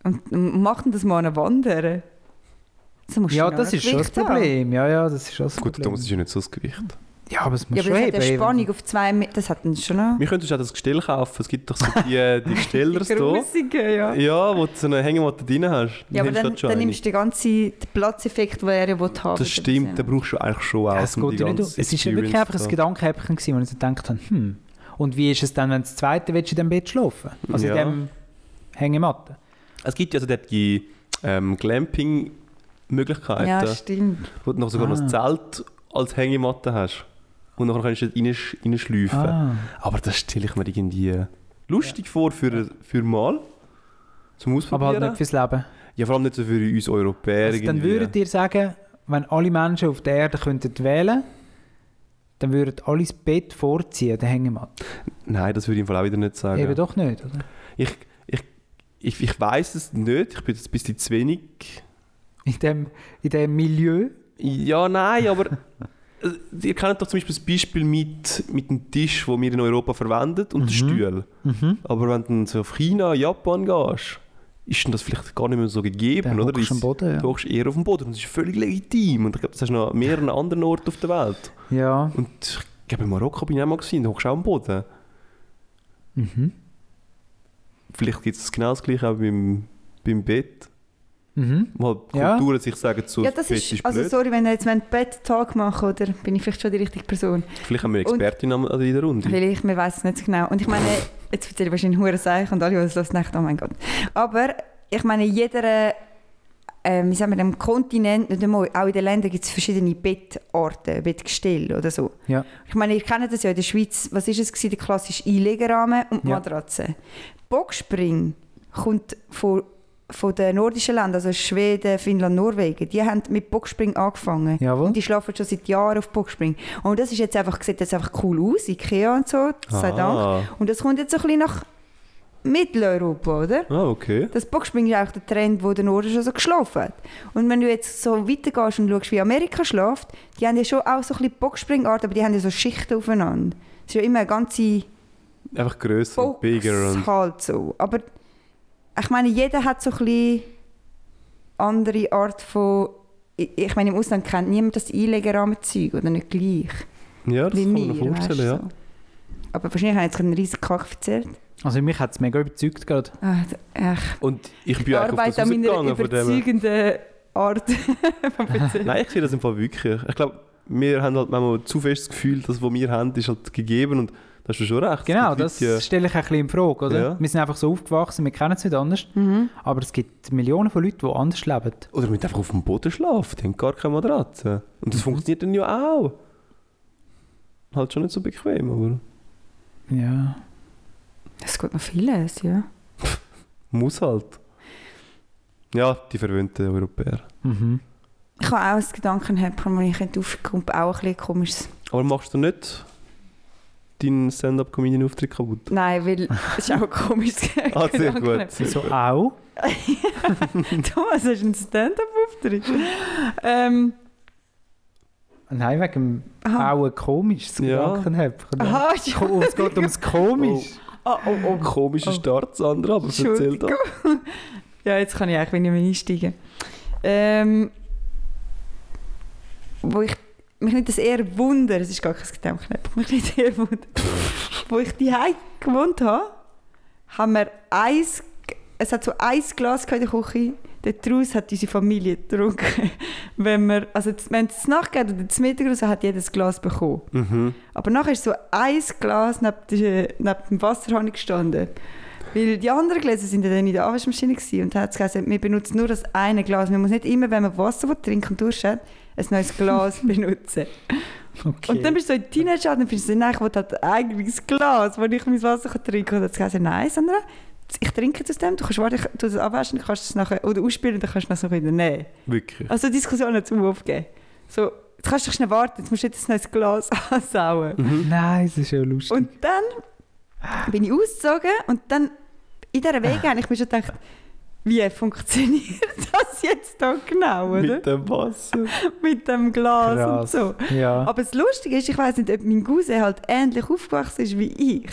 Und und mach denn das mal an Wandern. Das musst du
Ja,
noch
das
ein
ist schon das
Gewicht haben.
Problem. Ja, ja, das ist schon das
Gut,
Problem.
Thomas ist ja nicht so das Gewicht.
Ja, aber es muss
Ja,
schon
aber es hat eine
eben-
Spannung auf zwei Meter. Das hat dann schon noch...
Wir könnten uns auch das Gestell kaufen. Es gibt doch so die, die Gesteller hier.
Grusige, ja.
Ja, wo du so eine Hängematte drin hast.
Ja, aber
nimmst du
dann,
das schon
dann
eine.
nimmst du den ganzen den Platzeffekt, den er ja will haben
Das stimmt, dann brauchst du eigentlich schon auch.
Ja, es
um die
geht ja nicht um.
ganze
Es ist ja wirklich
Experience
einfach ein
zu
Gedankenhäppchen, gewesen, wo ich so gedacht habe, hm, und wie ist es dann, wenn das zweite willst, du in dem Bett schlafen? Also
Ja.
in dem Hängematte.
haben. Es gibt ja also dort die ähm, Glamping-Möglichkeiten,
Ja, stimmt.
wo du noch sogar noch
Ah.
das Zelt als Hängematte hast. Und nachher kannst du dort reinsch- reinschleifen.
Ah,
Aber das stelle ich mir irgendwie lustig vor für, für mal. Zum Ausprobieren.
aber halt nicht fürs Leben.
ja, vor allem nicht so für uns Europäer.
Also dann
irgendwie.
würdet ihr sagen, wenn alle Menschen auf der Erde könnten wählen dann würden alle das Bett vorziehen, der Hängematte.
Nein, das würde ich im Fall auch wieder nicht sagen.
Eben doch nicht, oder?
Ich, ich, ich, ich weiß es nicht. Ich bin jetzt ein bisschen zu wenig.
In dem, in dem Milieu.
Ja, nein, aber äh, ihr kennt doch zum Beispiel das Beispiel mit, mit dem Tisch, den wir in Europa verwenden und den
Mhm.
Stuhl. Aber wenn du dann so auf China, Japan gehst, ist denn das vielleicht gar nicht mehr so gegeben,
Dann
oder?
hockst du am
Ist-
Boden, ja.
Du hockst eher auf dem Boden und das ist völlig legitim. Und ich glaube, das hast du noch an mehreren anderen Orten auf der Welt.
Ja.
Und ich glaube, in Marokko bin ich auch mal gesehen, da hockst du auch am Boden.
Mhm.
Vielleicht gibt es genau das gleiche auch beim, beim Bett.
Mhm.
Mal
Ja.
Kulturen sich sagen, so
ja,
das
das
Bett
ist...
ist,
Also
blöd.
sorry, wenn ihr jetzt einen Bett-Talk machen oder bin ich vielleicht schon die richtige Person.
Vielleicht haben wir eine
und-
Expertin am- an dieser Runde.
Vielleicht, wir wissen es nicht genau. Und ich meine, jetzt erzähle ich wahrscheinlich hure Sachen und alle, die es hören, denken, oh mein Gott. Aber ich meine, jeder, äh, wie sagen wir, dem Kontinent, nicht einmal, auch in den Ländern gibt es verschiedene Bettarten, Bettgestelle oder so.
Ja.
Ich meine, ihr kennt das ja in der Schweiz, was ist es gewesen, der klassische Einlegerrahmen und die
Ja.
Matratze. Boxspring kommt von, von den nordischen Ländern, also Schweden, Finnland, Norwegen. Die haben mit Boxspring angefangen.
Jawohl.
Und die schlafen schon seit Jahren auf Boxspring. Und das ist jetzt einfach, sieht jetzt einfach cool aus, Ikea und so, sei Dank.
Ah.
Und das kommt jetzt so ein bisschen nach Mitteleuropa, oder?
Ah, okay.
Das Boxspringen ist auch der Trend, wo der Norden schon so geschlafen hat. Und wenn du jetzt so weitergehst und schaust, wie Amerika schläft, die haben ja schon auch so ein bisschen Boxspringart, aber die haben ja so Schichten aufeinander. Es ist ja immer eine ganze
Einfach grösser und
Box
bigger und
halt so. Aber ich meine, jeder hat so ein bisschen andere Art von... Ich ich meine, im Ausland kennt niemand das Einlegerrahmenzeug oder nicht gleich.
ja, das
wie
kann
mir,
man mir
weisst
vorstellen,
du,
ja.
so. Aber wahrscheinlich haben jetzt einen riesen Kack erzählt.
Also mich hat es mega überzeugt gerade.
Ah, da- ach,
Und ich bin
ich
eigentlich auf
arbeite
das
an meiner
rausgegangen von dem.
überzeugenden Art von Erzählen.
Nein, ich sehe das im Fall wirklich. Ich glaube, wir haben halt manchmal zu fest das Gefühl, das, was wir haben, ist halt gegeben und da hast du schon recht. Es
Genau,
gibt
das
Leute,
stelle ich ein bisschen in Frage, oder?
Ja.
Wir sind einfach so aufgewachsen, wir kennen es nicht anders.
Mhm.
Aber es gibt Millionen von Leuten, die anders leben.
die- Oder mit einfach auf
Mhm.
dem Boden schlafen, die haben gar keine Matratze. Und das funktioniert dann ja auch. halt schon nicht so bequem, aber
Ja.
Es geht noch vieles, ja.
muss halt. Ja, die verwöhnten Europäer.
Mhm.
Ich habe auch ein Gedanken gehabt, wo ich nicht aufkomme, auch ein bisschen komisch.
Aber machst du nicht deinen Stand-up-Comedian-Auftritt kaputt?
Nein, weil es ist auch ein komisches
Ah, sehr
Gedanken.
gut. Sehr
Wieso
gut.
auch?
Thomas, hast du einen Stand-up-Auftritt? ähm,
Nein, wegen dem
aha.
auch ein komisches
Ja.
Gedanken habe.
Aha,
Ko-
ja.
Es geht ums Komisch.
Oh, oh, oh.
Komischer Start, Sandra, aber erzähl doch.
Ja, jetzt kann ich eigentlich nicht mehr einsteigen. Ähm, wo ich mich nicht das eher wunder, es ist gar kein Gedämpfknöpfchen, mich nicht eher wunder, wo ich die gewohnt habe, haben wir eins, es hat so ein Glas gehabt in der Küche, daraus hat unsere Familie getrunken. Wenn wir, also z- wenn es nachgeht oder zum Mittag oder so, hat jedes Glas bekommen.
Mhm.
Aber nachher ist so ein Glas neben, der, neben dem Wasserhahn gestanden. Weil die anderen Gläser sind ja dann in der Abwaschmaschine gewesen und da hat es gesagt, wir benutzen nur das eine Glas. Man muss nicht immer, wenn man Wasser will, trinken und durchschaut, ein neues Glas benutzen.
Okay.
Und dann bist du so in Teenager und dann findest du, nein, ich will halt ein eigenes Glas, wo ich mein Wasser kann trinken kann. Und dann hat es gesagt, nein, Sandra, ich trinke jetzt aus dem, du kannst warten, ich tu das abwaschen, dann kannst du es nachher, oder ausspielen, dann kannst du es nachher wieder nehmen.
Wirklich.
Also Diskussionen zum Aufgeben. So, jetzt kannst du schnell warten, jetzt musst du jetzt noch ein Glas ansauen.
Mhm.
Nein, es ist ja lustig.
Und dann bin ich ausgezogen und dann in dieser Wege habe ich mir schon gedacht, wie funktioniert das jetzt da genau, oder?
Mit
Mit,
dem Wasser.
dem Glas
Krass.
und so.
ja.
Aber das Lustige ist, ich weiß nicht, ob mein Cousin halt ähnlich aufgewachsen ist wie ich.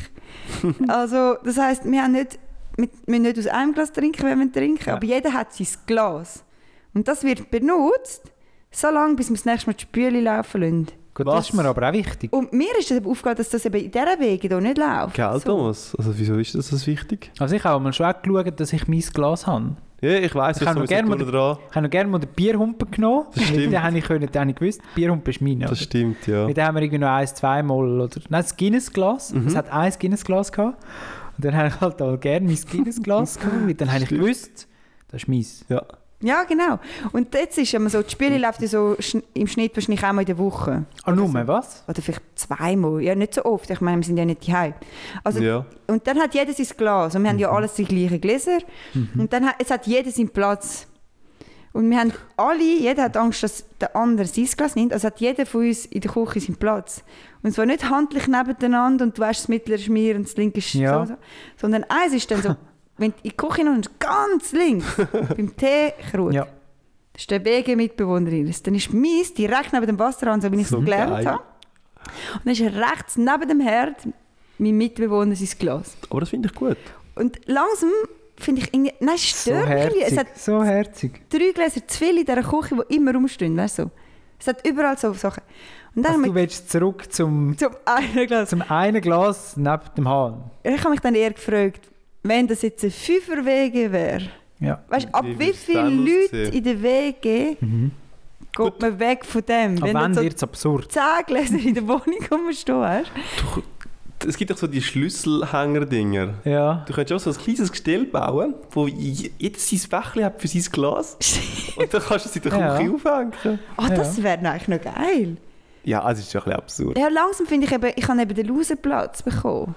also, das heißt, wir haben nicht, wir müssen nicht aus einem Glas trinken, wenn wir trinken, aber jeder hat sein Glas. Und das wird benutzt, so lange, bis wir das nächste Mal die Spüle laufen lassen.
Gut,
Was?
das ist mir aber auch wichtig.
Und mir ist es aufgefallen, dass das eben in dieser Wege hier nicht läuft.
Gell, Thomas? Also, wieso ist das so wichtig?
Also ich habe mal schon auch geschaut, dass ich mein Glas habe.
Ja, ich weiss,
Ich
was
kann
du
noch gerne
gerne dran.
Ich habe noch gerne mal den Bierhumpen genommen.
Das stimmt.
Dann habe ich, können, dann habe ich gewusst, die Bierhumpe ist meine.
Das
oder?
stimmt, ja.
Mit dem haben wir irgendwie noch eins, zweimal oder... Nein, das Guinness-Glas.
Mhm.
Es hat ein Guinness-Glas gehabt. Und dann habe ich halt auch gerne mein Guinness-Glas gehabt. Und dann habe ich
Stimmt.
gewusst, das ist meins.
Ja.
Ja, genau. Und jetzt ist immer so, die Spiele
Hm.
läuft ja so schn- im Schnitt wahrscheinlich einmal in der Woche.
Ah, nur,
Also,
was?
Oder vielleicht zweimal. Ja, nicht so oft. Ich meine, wir sind ja nicht daheim. Also,
ja.
Und dann hat jeder sein Glas. Und wir haben
Mhm.
ja alles die gleichen Gläser. Und dann hat, es hat jeder seinen Platz. Und wir haben alle, jeder hat Angst, dass der andere sein Glas nimmt. Also hat jeder von uns in der Küche seinen Platz. Und zwar nicht handlich nebeneinander und du weißt, das mittlere ist mir und das linke ist
Ja.
so, so. Sondern eins ist dann so, wenn du in die Küche noch ganz links, beim Teekrug.
Ja.
Das ist der Wegemitbewohnerin. Dann ist meins direkt neben dem Wasserhahn, so wie ich es
So
gelernt
geil.
habe. Und dann ist rechts neben dem Herd mein Mitbewohner sein Glas.
Aber das finde ich gut.
Und langsam finde ich irgendwie, nein, es
So
stört mich. Es hat
herzig. So herzig.
drei Gläser zu viel in dieser Küche, die immer rumstehen, weißt du? so. Es hat überall so Sachen. Und dann
Also,
habe
du willst zurück zum,
ich zum einen Glas.
zum einen Glas neben dem Hahn.
Ich habe mich dann eher gefragt, wenn das jetzt ein Fünferwege wäre,
Ja.
weißt du, ab
Wie
wie,
würd's
viele
dann
Leute
aussehen?
in der Wege
Mhm.
geht man weg von dem?
Aber
wenn
wenn
du so
wird es absurd.
zehn Gläser in der Wohnung rumstehen hast.
Es gibt doch so die Schlüsselhänger-Dinger.
Ja.
Du könntest auch so ein kleines Gestell bauen, wo jedes sein Fächli hat für sein Glas. Und dann kannst du es in der
Ja.
Küche aufhängen.
Oh, das wäre noch eigentlich noch geil.
Ja, es ist schon ein bisschen absurd.
Ja, langsam finde ich eben, ich habe eben den Lausenplatz bekommen.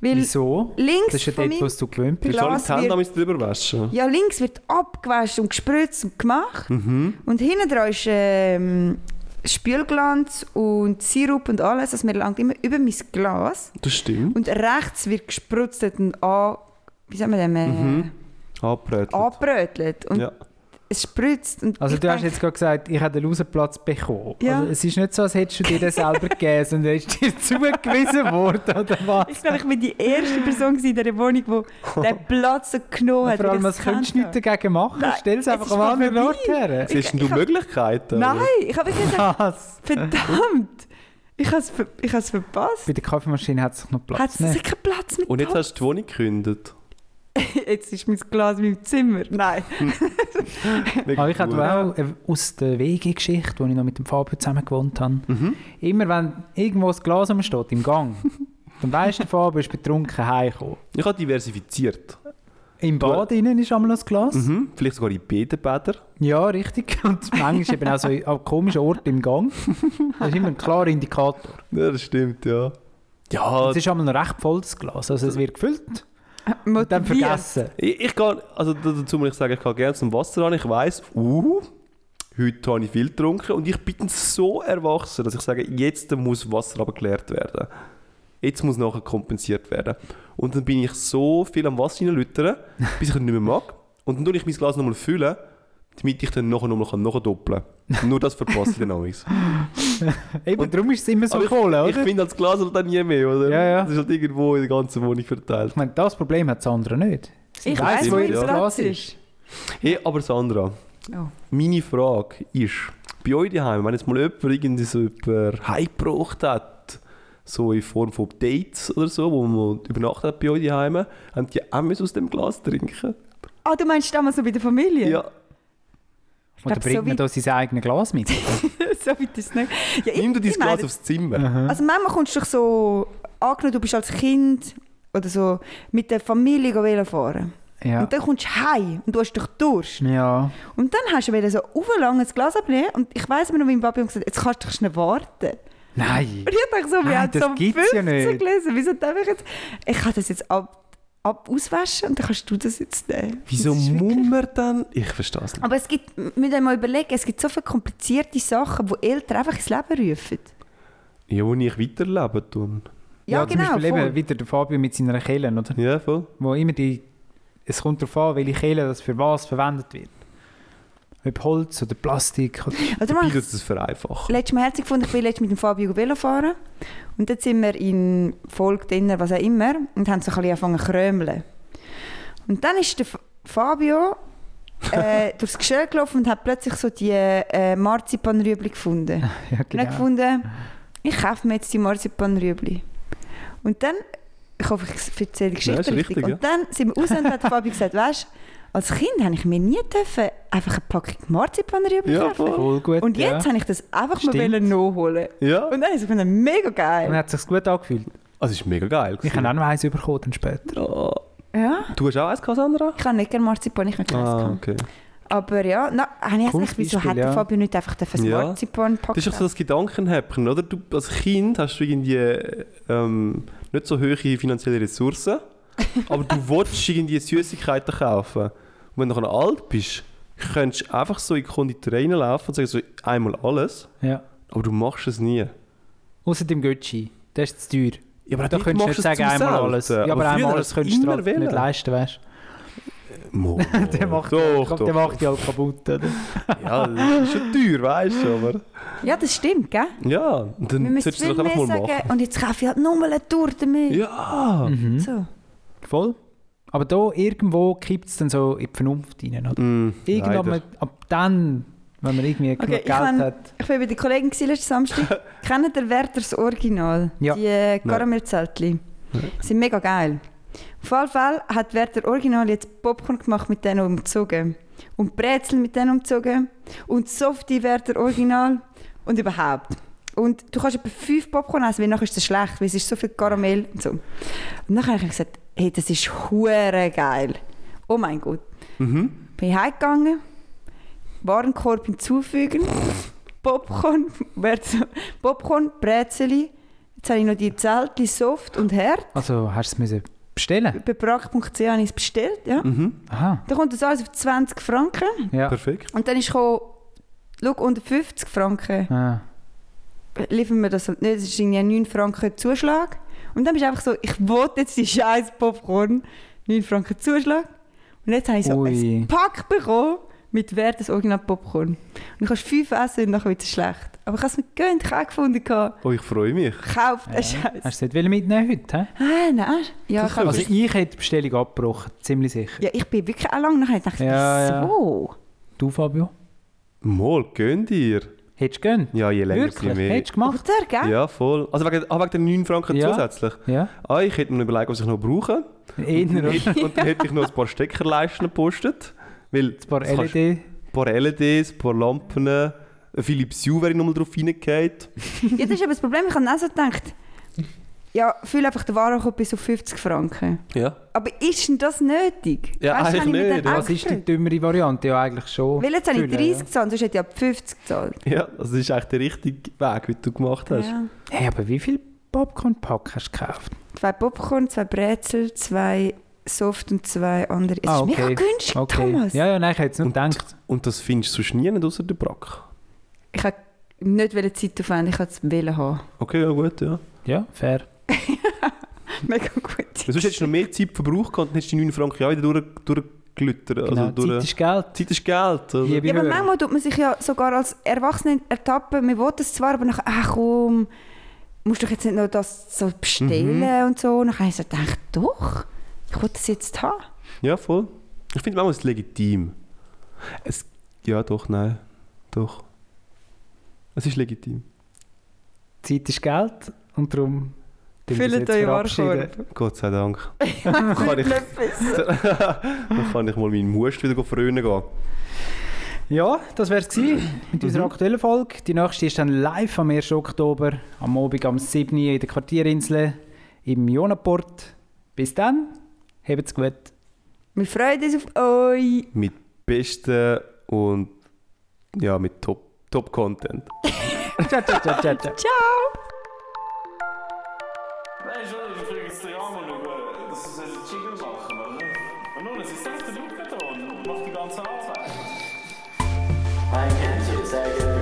Weil
Wieso? Das
links
ist ja
von
dort,
meinem...
was du gewöhnt
Du
bist.
musst alle
Glas
die Hände
wird-
damit drüber waschen.
Ja, links wird abgewaschen und gespritzt und gemacht.
Mhm.
Und hinten dran ist ähm, Spülglanz und Sirup und alles. Also mir langt immer über mein Glas.
Das stimmt.
Und rechts wird gespritzt und an... Wie sagen wir dem? Äh,
Mhm. Abbrötelt.
Angebrötelt. Und
Ja.
es spritzt. Und
Also
ich
du hast
denke,
jetzt gerade gesagt, ich habe den Lausenplatz bekommen.
Ja.
Also, es ist nicht so, als hättest du dir den selber gegeben, sondern er ist dir zugewiesen worden, oder was?
Ich glaube, ich bin die erste Person gewesen in dieser Wohnung, die den Platz so genommen hat.
Vor allem,
weil
was
ich es
könntest du
gekannt
nichts dagegen machen?
Nein,
Stell es
es
einfach
ist
am
voll
anderen Ort
vorbei.
her.
Siehst denn du
ich hab-
Möglichkeiten?
habe. Nein, ich habe wirklich gesagt,
Was?
verdammt, ich habe es ver ich habe es verpasst.
Bei der Kaffeemaschine hat es sich noch
Hat
Platz.
es
ne?
keinen Platz mit
Und jetzt hast du die Wohnung gekündigt.
jetzt ist mein Glas in meinem Zimmer. Nein.
Aber ich hatte auch äh, aus der WG-Geschichte, wo ich noch mit dem Fabio zusammen gewohnt habe,
Mhm.
immer wenn irgendwo ein Glas rumsteht, im Gang, dann weisst du, der Fabio ist betrunken heimgekommen.
Ich habe diversifiziert.
Im Bad innen ist einmal noch ein Glas.
Mhm. Vielleicht sogar in Betenbäder.
Ja, richtig. Und manchmal eben auch so an komischen Orten im Gang. Das ist immer ein klarer Indikator.
Ja, das stimmt, ja. Ja,
Es ist einmal noch recht volles Glas. Also es wird gefüllt und dann
Motiviert.
vergessen.
ich, ich gehe, also da- dazu muss ich sagen, ich gehe gerne zum Wasser an. Ich weiss, uh, heute habe ich viel getrunken und ich bin so erwachsen, dass ich sage, jetzt muss Wasser aber geleert werden. Jetzt muss nachher kompensiert werden. Und dann bin ich so viel am Wasser hineinlüttern, bis ich es nicht mehr mag. Und dann tue ich mein Glas nochmal füllen, damit ich dann nachher nochmal nachdoppeln kann. Nur das verpasse ich dann alles.
Eben,
Und-
darum ist es immer so
Aber ich-
cool, oder?
Ich finde als Glas halt dann nie mehr, oder?
Ja, ja.
Das ist halt irgendwo in der ganzen Wohnung verteilt.
Ich meine, das Problem hat das andere nicht. Sie
Ich
weiss,
weiß, wo
ja.
ihr
Ja.
Platz ist.
Hey, aber Sandra,
Oh.
meine Frage ist, bei euch daheim, wenn jetzt mal jemand irgendwie so über heimgebracht hat, so in Form von Dates oder so, wo man übernachtet hat bei euch daheim, haben die auch müssen aus dem Glas trinken?
Ah, du meinst damals so bei der Familie?
Und dann
glaub, so
bringt man
weit-
da sein eigenes Glas mit.
so weit ist es nicht. Ja, ich-
Nimm dir dein
ich meine,
Glas aufs Zimmer.
Also manchmal kommst du doch so, angenommen du bist als Kind oder so mit der Familie wollen fahren.
ja.
Und dann kommst du heim und du hast dich Durst.
ja.
Und dann hast du wollen so auflang ein Glas abnehmen und ich weiss mir noch, mein Papi hat gesagt, jetzt kannst du doch schnell warten.
Nein.
Und ich dachte so, wir
Nein,
haben
das
so
gibt's ja
15
nicht.
gelesen, wieso darf ich jetzt... Ich kann das jetzt ab, ab auswaschen und dann kannst du das jetzt nehmen.
Wieso
Das ist wirklich-
muss man dann? Ich verstehe es nicht.
Aber es gibt, wir müssen mal überlegen, es gibt so viele komplizierte Sachen, die Eltern einfach ins Leben rufen.
Ja, wo ich weiterleben tun.
Ja,
Zum
genau,
Beispiel
voll.
eben wieder der Fabio mit seiner Kehle, oder?
Ja, voll.
Wo immer die... Es kommt darauf an, welche Kehle das für was verwendet wird. Ob Holz oder Plastik. Oder
Oder mal,
Wie das das vereinfachen.
letztes Mal herzlich gefunden, ich bin letztes mit dem Fabio Velo fahren. Und dann sind wir in Folge drin, was auch immer, und haben so ein bisschen angefangen zu krömeln. Und dann ist der F- Fabio äh, durchs Geschirr gelaufen und hat plötzlich so die äh, Marzipanrüebli gefunden.
Ah,
ja, genau.
Und
genau.
dann gefunden, ich kaufe mir jetzt die Marzipanrüebli. Und dann, ich hoffe, ich erzähle die Geschichte
Nein, ist
richtig.
richtig, ja.
Und dann sind wir raus und hat Fabi gesagt, weißt du, als Kind habe ich mir nie dürfen, einfach eine Packung Marzipanrüebli
Ja,
kaufen.
voll.
Voll gut,
Und
ja.
jetzt habe ich das einfach
Stimmt.
mal wollen nachholen.
Ja,
Und dann ist es mega
Und
geil.
hat es sich gut angefühlt.
also ist mega geil.
Ich habe auch noch eins bekommen dann später.
Ja.
Ja,
Du hast auch eins gehabt, Sandra?
ich habe nicht gerne Marzipan, ich habe keins
Ah,
gehabt.
okay.
Aber ja, na, habe ich jetzt nicht, wieso
Kunstbeispiel,
hat der
ja.
Fabio nicht einfach das
Ja.
Marzipan
Das
packen
ist doch so das Gedankenhäppchen, oder? Du, als Kind hast du irgendwie äh, ähm, nicht so hohe finanzielle Ressourcen, aber du willst irgendwie Süßigkeiten kaufen. Und wenn du dann alt bist, könntest du einfach so in die Konditorei laufen und sagen so einmal alles,
Ja.
aber du machst es nie.
Außer dem Gucci. Das ist zu teuer.
Ja, aber
Da
dort
könntest du nicht
machst du es
sagen,
zu
einmal
selten.
alles. Ja, aber, einmal
früher
alles
hast
könntest du
immer
dir halt nicht
wollen.
leisten, weißt
Mo,
du? Der macht,
doch,
der
doch.
macht die halt kaputt, oder?
Ja, das ist schon teuer, weißt du, aber...
Ja, das stimmt, gell?
Ja, und
Wir
dann
müssen
solltest du
viel
es doch einfach
mehr
mal
sagen.
machen.
Und jetzt kaufe ich halt nur mal eine Torte mehr.
Ja!
So.
Voll. Aber da irgendwo kippt es dann so in die Vernunft rein, oder?
Mm,
Hm. Irgendwann,
leider.
mal- ab dann, wenn man irgendwie genug
Okay, ich
Geld
kann-
hat.
Ich war bei den Kollegen gewesen letzten Samstag. Kennt ihr Werthers Original?
Ja.
Die äh, Karamellzeltli. Sind mega geil. Auf jeden Fall hat Werther Original jetzt Popcorn gemacht mit denen umzogen. Und Brezel mit denen umzogen. Und Softie Werther Original. Und überhaupt. Und du kannst etwa fünf Popcorn essen, weil nachher ist das schlecht, weil es ist so viel Karamell und so. Und nachher habe ich gesagt, hey, das ist hure geil. Oh mein Gott.
Mhm,
Bin ich heimgegangen, Warenkorb hinzufügen, Popcorn, Werther- Popcorn, Brezeli. Jetzt habe ich noch die Zeltli Soft und Herd.
Also hast du es müssen bestellen?
Bei brag.ch habe ich es bestellt. Ja.
Aha,
Da kommt das alles auf 20 Franken.
ja.
mhm. Perfekt.
Und dann ist gekommen, schau, unter 50 Franken
Ah.
liefern wir das halt nicht. Das ist irgendwie ein 9 Franken Zuschlag. Und dann bist du einfach so, ich wollte jetzt die scheiß Popcorn, 9 Franken Zuschlag. Und jetzt habe ich so
Ui.
ein Pack bekommen mit Wert des Original Popcorn. Und du kannst 5 essen und nachher wird es schlecht. Aber ich habe es mir gegönnt, ich habe auch gefunden, gehabt.
Oh, ich freue mich.
kauft den Scheiß.
Hast du es nicht mitnehmen wollen heute? hä?
Ah, nein. Ja, ich,
Also
also,
ich hätte die Bestellung abgebrochen, ziemlich sicher.
ja, ich bin wirklich auch lange nachher. Ich dachte,
Ja, ja.
wieso?
Du, Fabio?
Mal, gönn dir.
Hättest du gegönnt?
Ja, je länger
Wirklich?
je mehr.
Hättest du gemacht?
Oder, gell?
Ja, voll. Also wegen, ah, wegen den 9 Franken
Ja.
zusätzlich.
Ja.
Ah, ich hätte mir überlegt, was ich noch brauche.
Eher oder?
Hätte- Und dann hätte ich noch ein paar Steckerleisten gepostet. Weil
Ein paar E
das kannst-
LED.
Ein paar LEDs, ein paar Lampen. äh, Eine Philips Hue wäre ich nochmal drauf reingehauen.
Ja, das ist aber das Problem. Ich habe auch so gedacht, ja, füll einfach den Warenkorb bis auf 50 Franken.
Ja.
Aber ist denn das nötig?
Ja,
Weisst
eigentlich
du, habe ich mir
nicht.
dann auch
Was ist die
gefragt.
dümmere Variante? Ja, eigentlich schon.
Ah, Weil jetzt habe ich
Füllen,
30 gezahlt, sonst hätte ich ab 50 gezahlt.
Ja, das ist eigentlich der richtige Weg, wie du gemacht hast.
Ja.
Ja. Hey, aber wie viel Popcorn-Pack hast du gekauft?
Zwei Popcorn, zwei Brezel, zwei Soft und zwei andere. Es
Ah,
ist mega
okay.
günstig, Thomas.
Ja, ja, nein, ich hätte es nur
Und-
gedacht.
Und das findest du sonst nie nicht außer der Brack.
Ich habe nicht wollen Zeit aufwenden, ich wollte es wollen haben.
Okay, ja gut, ja.
Ja, fair.
Mega gut.
Weil sonst hättest du noch mehr Zeit verbraucht gehabt und hättest die 9 Franken ja wieder durch, durchgelüttert. Also
Genau,
durch,
Zeit ist Geld.
Zeit ist Geld. Also.
Liebe
Ja, aber
Hörer.
manchmal tut man sich ja sogar als Erwachsene ertappen. Man will das zwar, aber nachher, ach komm, musst du doch jetzt nicht noch das so bestellen
Mhm.
und so. Nachher habe ich so gedacht, doch, ich will das jetzt haben.
Ja, voll. Ich finde manchmal ist es legitim. Es, ja, doch, nein. Doch. Es ist legitim.
Zeit ist Geld und darum tun wir uns
Füllt
jetzt
euch
verabschieden.
Warenkorb.
Gott sei Dank.
Kann
ich- Dann kann ich mal meinen Must wieder frönen gehen.
Ja, das wär's gewesen mit unserer aktuellen Folge. Die nächste ist dann live am 1. Oktober, am Abend am 7. Uhr in der Quartierinsel im Jonaport. Bis dann, habt's gut.
Wir freuen uns auf euch.
Mit besten und ja, mit Top- Top-Content.
Ciao, ciao, ciao, ciao, ciao.
Ciao.
Weisst du, ich frage jetzt dich einmal, ob das ist ein Jingle machen, oder? Und nun, es ist echt der Druckbeton und macht die ganze Arbeit.
I can't say it's